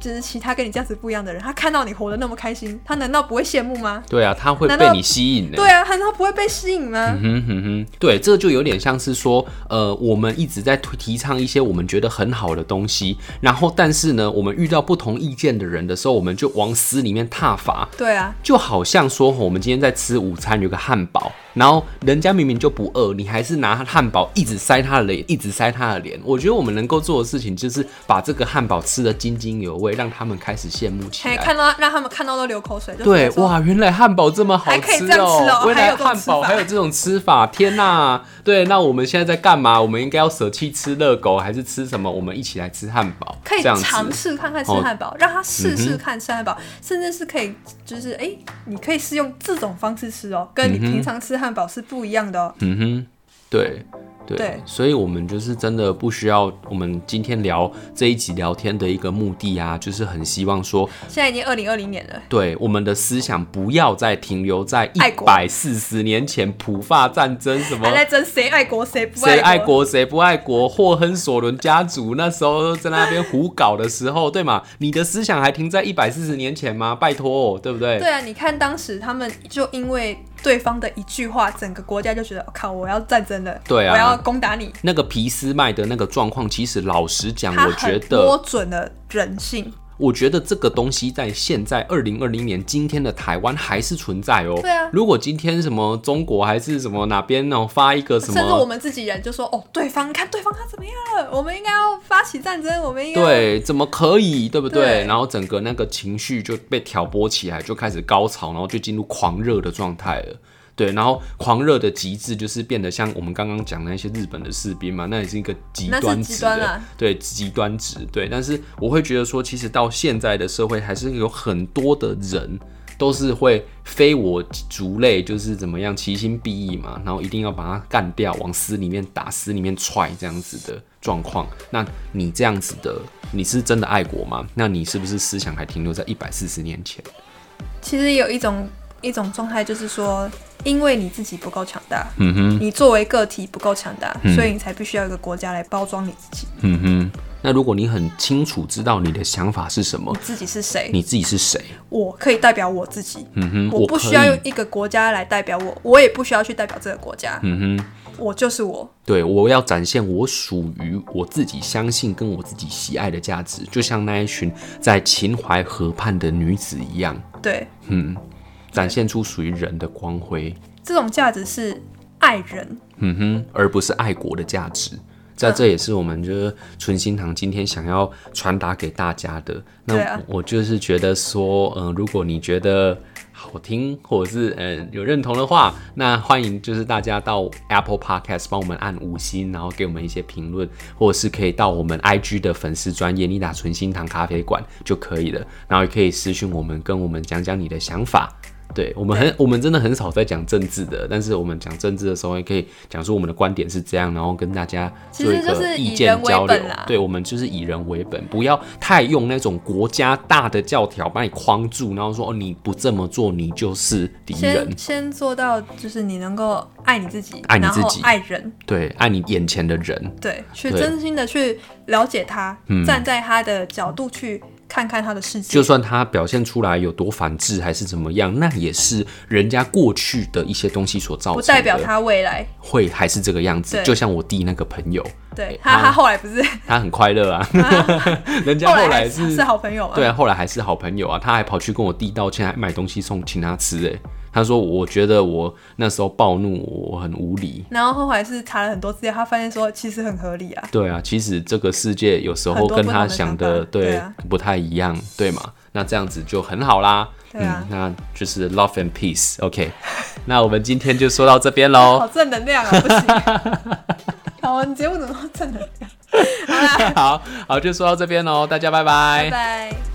[SPEAKER 1] 就是其他跟你价值不一样的人，他看到你活得那么开心，他难道不会羡慕吗？
[SPEAKER 2] 对啊，他会
[SPEAKER 1] 难
[SPEAKER 2] 被
[SPEAKER 1] 道
[SPEAKER 2] 你吸引的、
[SPEAKER 1] 对啊，他难道不会被吸引吗？
[SPEAKER 2] 嗯哼哼，对，这就有点像是说，呃，我们一直在推提倡一些我们觉得很好的东西，然后但是呢，我们遇到不同意见的人的时候，我们就往死里面踏伐，
[SPEAKER 1] 对啊，
[SPEAKER 2] 就好像说，吼我们今天在吃午餐，有个汉堡，然后人家明明就不饿，你还是拿汉堡一直塞他的脸，一直塞他的脸。我觉得我们能够做的事情，就是把这个汉堡吃得津津有味，让他们开始羡慕起
[SPEAKER 1] 还
[SPEAKER 2] 来。
[SPEAKER 1] 看到让他们看到都流口水，就
[SPEAKER 2] 对
[SPEAKER 1] 觉，得说
[SPEAKER 2] 哇，原来汉堡这么好
[SPEAKER 1] 还可以
[SPEAKER 2] 吃
[SPEAKER 1] 这样吃哦
[SPEAKER 2] 哦！原
[SPEAKER 1] 还有
[SPEAKER 2] 来
[SPEAKER 1] 这种
[SPEAKER 2] 汉堡
[SPEAKER 1] 吃法
[SPEAKER 2] 还有这种吃法，天哪、对，那我们现在在干嘛？我们应该要舍弃吃热狗，还是吃什么？我们一起来吃汉堡，
[SPEAKER 1] 可以
[SPEAKER 2] 这样子。哦
[SPEAKER 1] 尝试看看吃汉堡，让他试试看吃汉堡，甚至是可以就是哎、诶你可以试用这种方式吃哦，跟你平常吃汉堡是不一样的哦。
[SPEAKER 2] 嗯哼，对对
[SPEAKER 1] 对
[SPEAKER 2] 所以我们就是真的不需要。我们今天聊这一集聊天的一个目的啊，就是很希望说，
[SPEAKER 1] 现在已经二零二零年了，
[SPEAKER 2] 对我们的思想不要再停留在一
[SPEAKER 1] 爱国
[SPEAKER 2] 百四十年前普法战争什么
[SPEAKER 1] 还。在争谁爱国谁不
[SPEAKER 2] 谁爱
[SPEAKER 1] 国。
[SPEAKER 2] 国谁不爱国？霍亨索伦家族那时候在那边胡搞的时候，对吗？你的思想还停在一百四十年前吗？拜托、对不对？
[SPEAKER 1] 对啊，你看当时他们就因为对方的一句话，整个国家就觉得、哦靠，我要战争了，
[SPEAKER 2] 对啊
[SPEAKER 1] 我要攻打你。
[SPEAKER 2] 那个皮斯麦的那个状况，其实老实讲，
[SPEAKER 1] 他
[SPEAKER 2] 嗯我觉
[SPEAKER 1] 很
[SPEAKER 2] 得
[SPEAKER 1] 摸准了人性，
[SPEAKER 2] 我觉得这个东西在现在二零二零年今天的台湾还是存在哦。
[SPEAKER 1] 对啊
[SPEAKER 2] 如果今天什么中国还是什么哪边哦发一个什
[SPEAKER 1] 甚至我
[SPEAKER 2] 么。
[SPEAKER 1] 们自己人就说：“哦，对方看对方他怎么样了，我们应该要发起战争，我们应该要
[SPEAKER 2] 对，怎么可以，对不对？
[SPEAKER 1] 对
[SPEAKER 2] 然后整个那个情绪就被挑拨起来，就开始高潮，然后就进入狂热的状态了。对，然后狂热的极致就是变得像我们刚刚讲的那些日本的士兵嘛，那也是一个极
[SPEAKER 1] 那是
[SPEAKER 2] 端
[SPEAKER 1] 极
[SPEAKER 2] 值
[SPEAKER 1] 端
[SPEAKER 2] 的
[SPEAKER 1] 啊
[SPEAKER 2] 对极端值，对。但是我会觉得说，其实到现在的社会，还是有很多的人都是会非我族类，就是怎么样其心必异嘛，然后一定要把它干掉，往死里面打，死里面踹这样子的状况。那你这样子的，你是真的爱国吗？ 那你是不是思想还停留在一百四十年前？
[SPEAKER 1] 其实有一种一种状态，就是说，因为你自己不够强大，
[SPEAKER 2] 嗯哼，
[SPEAKER 1] 你作为个体不够强大，所以你才必须要有一个国家来包装你自己，
[SPEAKER 2] 嗯哼。那如果你很清楚知道你的想法是什么
[SPEAKER 1] 你，自己是谁，
[SPEAKER 2] 哦你自己是谁，
[SPEAKER 1] 我可以代表我自己。
[SPEAKER 2] 嗯哼，
[SPEAKER 1] 我不
[SPEAKER 2] 可以
[SPEAKER 1] 需要用一个国家来代表我，我也不需要去代表这个国家，
[SPEAKER 2] 嗯哼。
[SPEAKER 1] 我就是我。
[SPEAKER 2] 对，我要展现我属于我自己相信跟我自己喜爱的价值，就像那一群在秦淮河畔的女子一样，
[SPEAKER 1] 对，
[SPEAKER 2] 嗯，展现出属于人的光辉，
[SPEAKER 1] 这种价值是爱人，
[SPEAKER 2] 嗯哼，而不是爱国的价值。在这也是我们就是纯心堂今天想要传达给大家的。那
[SPEAKER 1] 对啊
[SPEAKER 2] 呃我我就是觉得说，嗯、如果你觉得好听，或者是呃有认同的话，那欢迎就是大家到 Apple Podcast 帮我们按五星，然后给我们一些评论，或者是可以到我们 IG 的粉丝专业你打纯心堂咖啡馆就可以了，然后也可以私讯我们，跟我们讲讲你的想法。对我们很，我们真的很少在讲政治的，但是我们讲政治的时候，也可以讲出我们的观点是这样，然后跟大家
[SPEAKER 1] 其
[SPEAKER 2] 做
[SPEAKER 1] 实
[SPEAKER 2] 一
[SPEAKER 1] 就
[SPEAKER 2] 个
[SPEAKER 1] 是
[SPEAKER 2] 意
[SPEAKER 1] 以
[SPEAKER 2] 见
[SPEAKER 1] 人为
[SPEAKER 2] 交流
[SPEAKER 1] 本啦。
[SPEAKER 2] 对，我们就是以人为本，不要太用那种国家大的教条把你框住，然后说哦你不这么做，你就是敌人
[SPEAKER 1] 先。先做到就是你能够爱你自己，
[SPEAKER 2] 爱你自己
[SPEAKER 1] 然后爱人，
[SPEAKER 2] 对，爱你眼前的人，
[SPEAKER 1] 对，去
[SPEAKER 2] 对
[SPEAKER 1] 真心的去了解他，站在他的角度去看看他的世界
[SPEAKER 2] 嗯就。算他表现出来有多反智还是怎么样，那也是人家过去的一些东西所造成
[SPEAKER 1] 不
[SPEAKER 2] 的，
[SPEAKER 1] 代表他未来，
[SPEAKER 2] 会还是这个样子。
[SPEAKER 1] 对
[SPEAKER 2] 就像我弟那个朋友，
[SPEAKER 1] 对
[SPEAKER 2] 他
[SPEAKER 1] 他他后来不是
[SPEAKER 2] 他很快乐 啊，人家后
[SPEAKER 1] 来还
[SPEAKER 2] 来
[SPEAKER 1] 是
[SPEAKER 2] 是
[SPEAKER 1] 是好嗯朋友嘛？
[SPEAKER 2] 对啊，后来还是好朋友啊，他还跑去跟我弟道歉，还买东西送请他吃、欸。他说我觉得我那时候暴怒，我很无理。
[SPEAKER 1] 然后后来是查了很多资料，他发现说其实很合理啊。
[SPEAKER 2] 对啊，其实这个世界有时
[SPEAKER 1] 很
[SPEAKER 2] 候
[SPEAKER 1] 多
[SPEAKER 2] 跟
[SPEAKER 1] 不同
[SPEAKER 2] 他
[SPEAKER 1] 的
[SPEAKER 2] 想
[SPEAKER 1] 想
[SPEAKER 2] 的
[SPEAKER 1] 法
[SPEAKER 2] 对
[SPEAKER 1] 对啊
[SPEAKER 2] 不太一样，对嘛？那这样子就很好啦。
[SPEAKER 1] 对啊
[SPEAKER 2] 嗯，那就是 love and peace。OK，那我们今天就说到这边喽
[SPEAKER 1] 好。正能量啊，不行。好，你节目怎么那么正能量？好啦，
[SPEAKER 2] 好好，就说到这边喽，大家拜
[SPEAKER 1] 拜拜。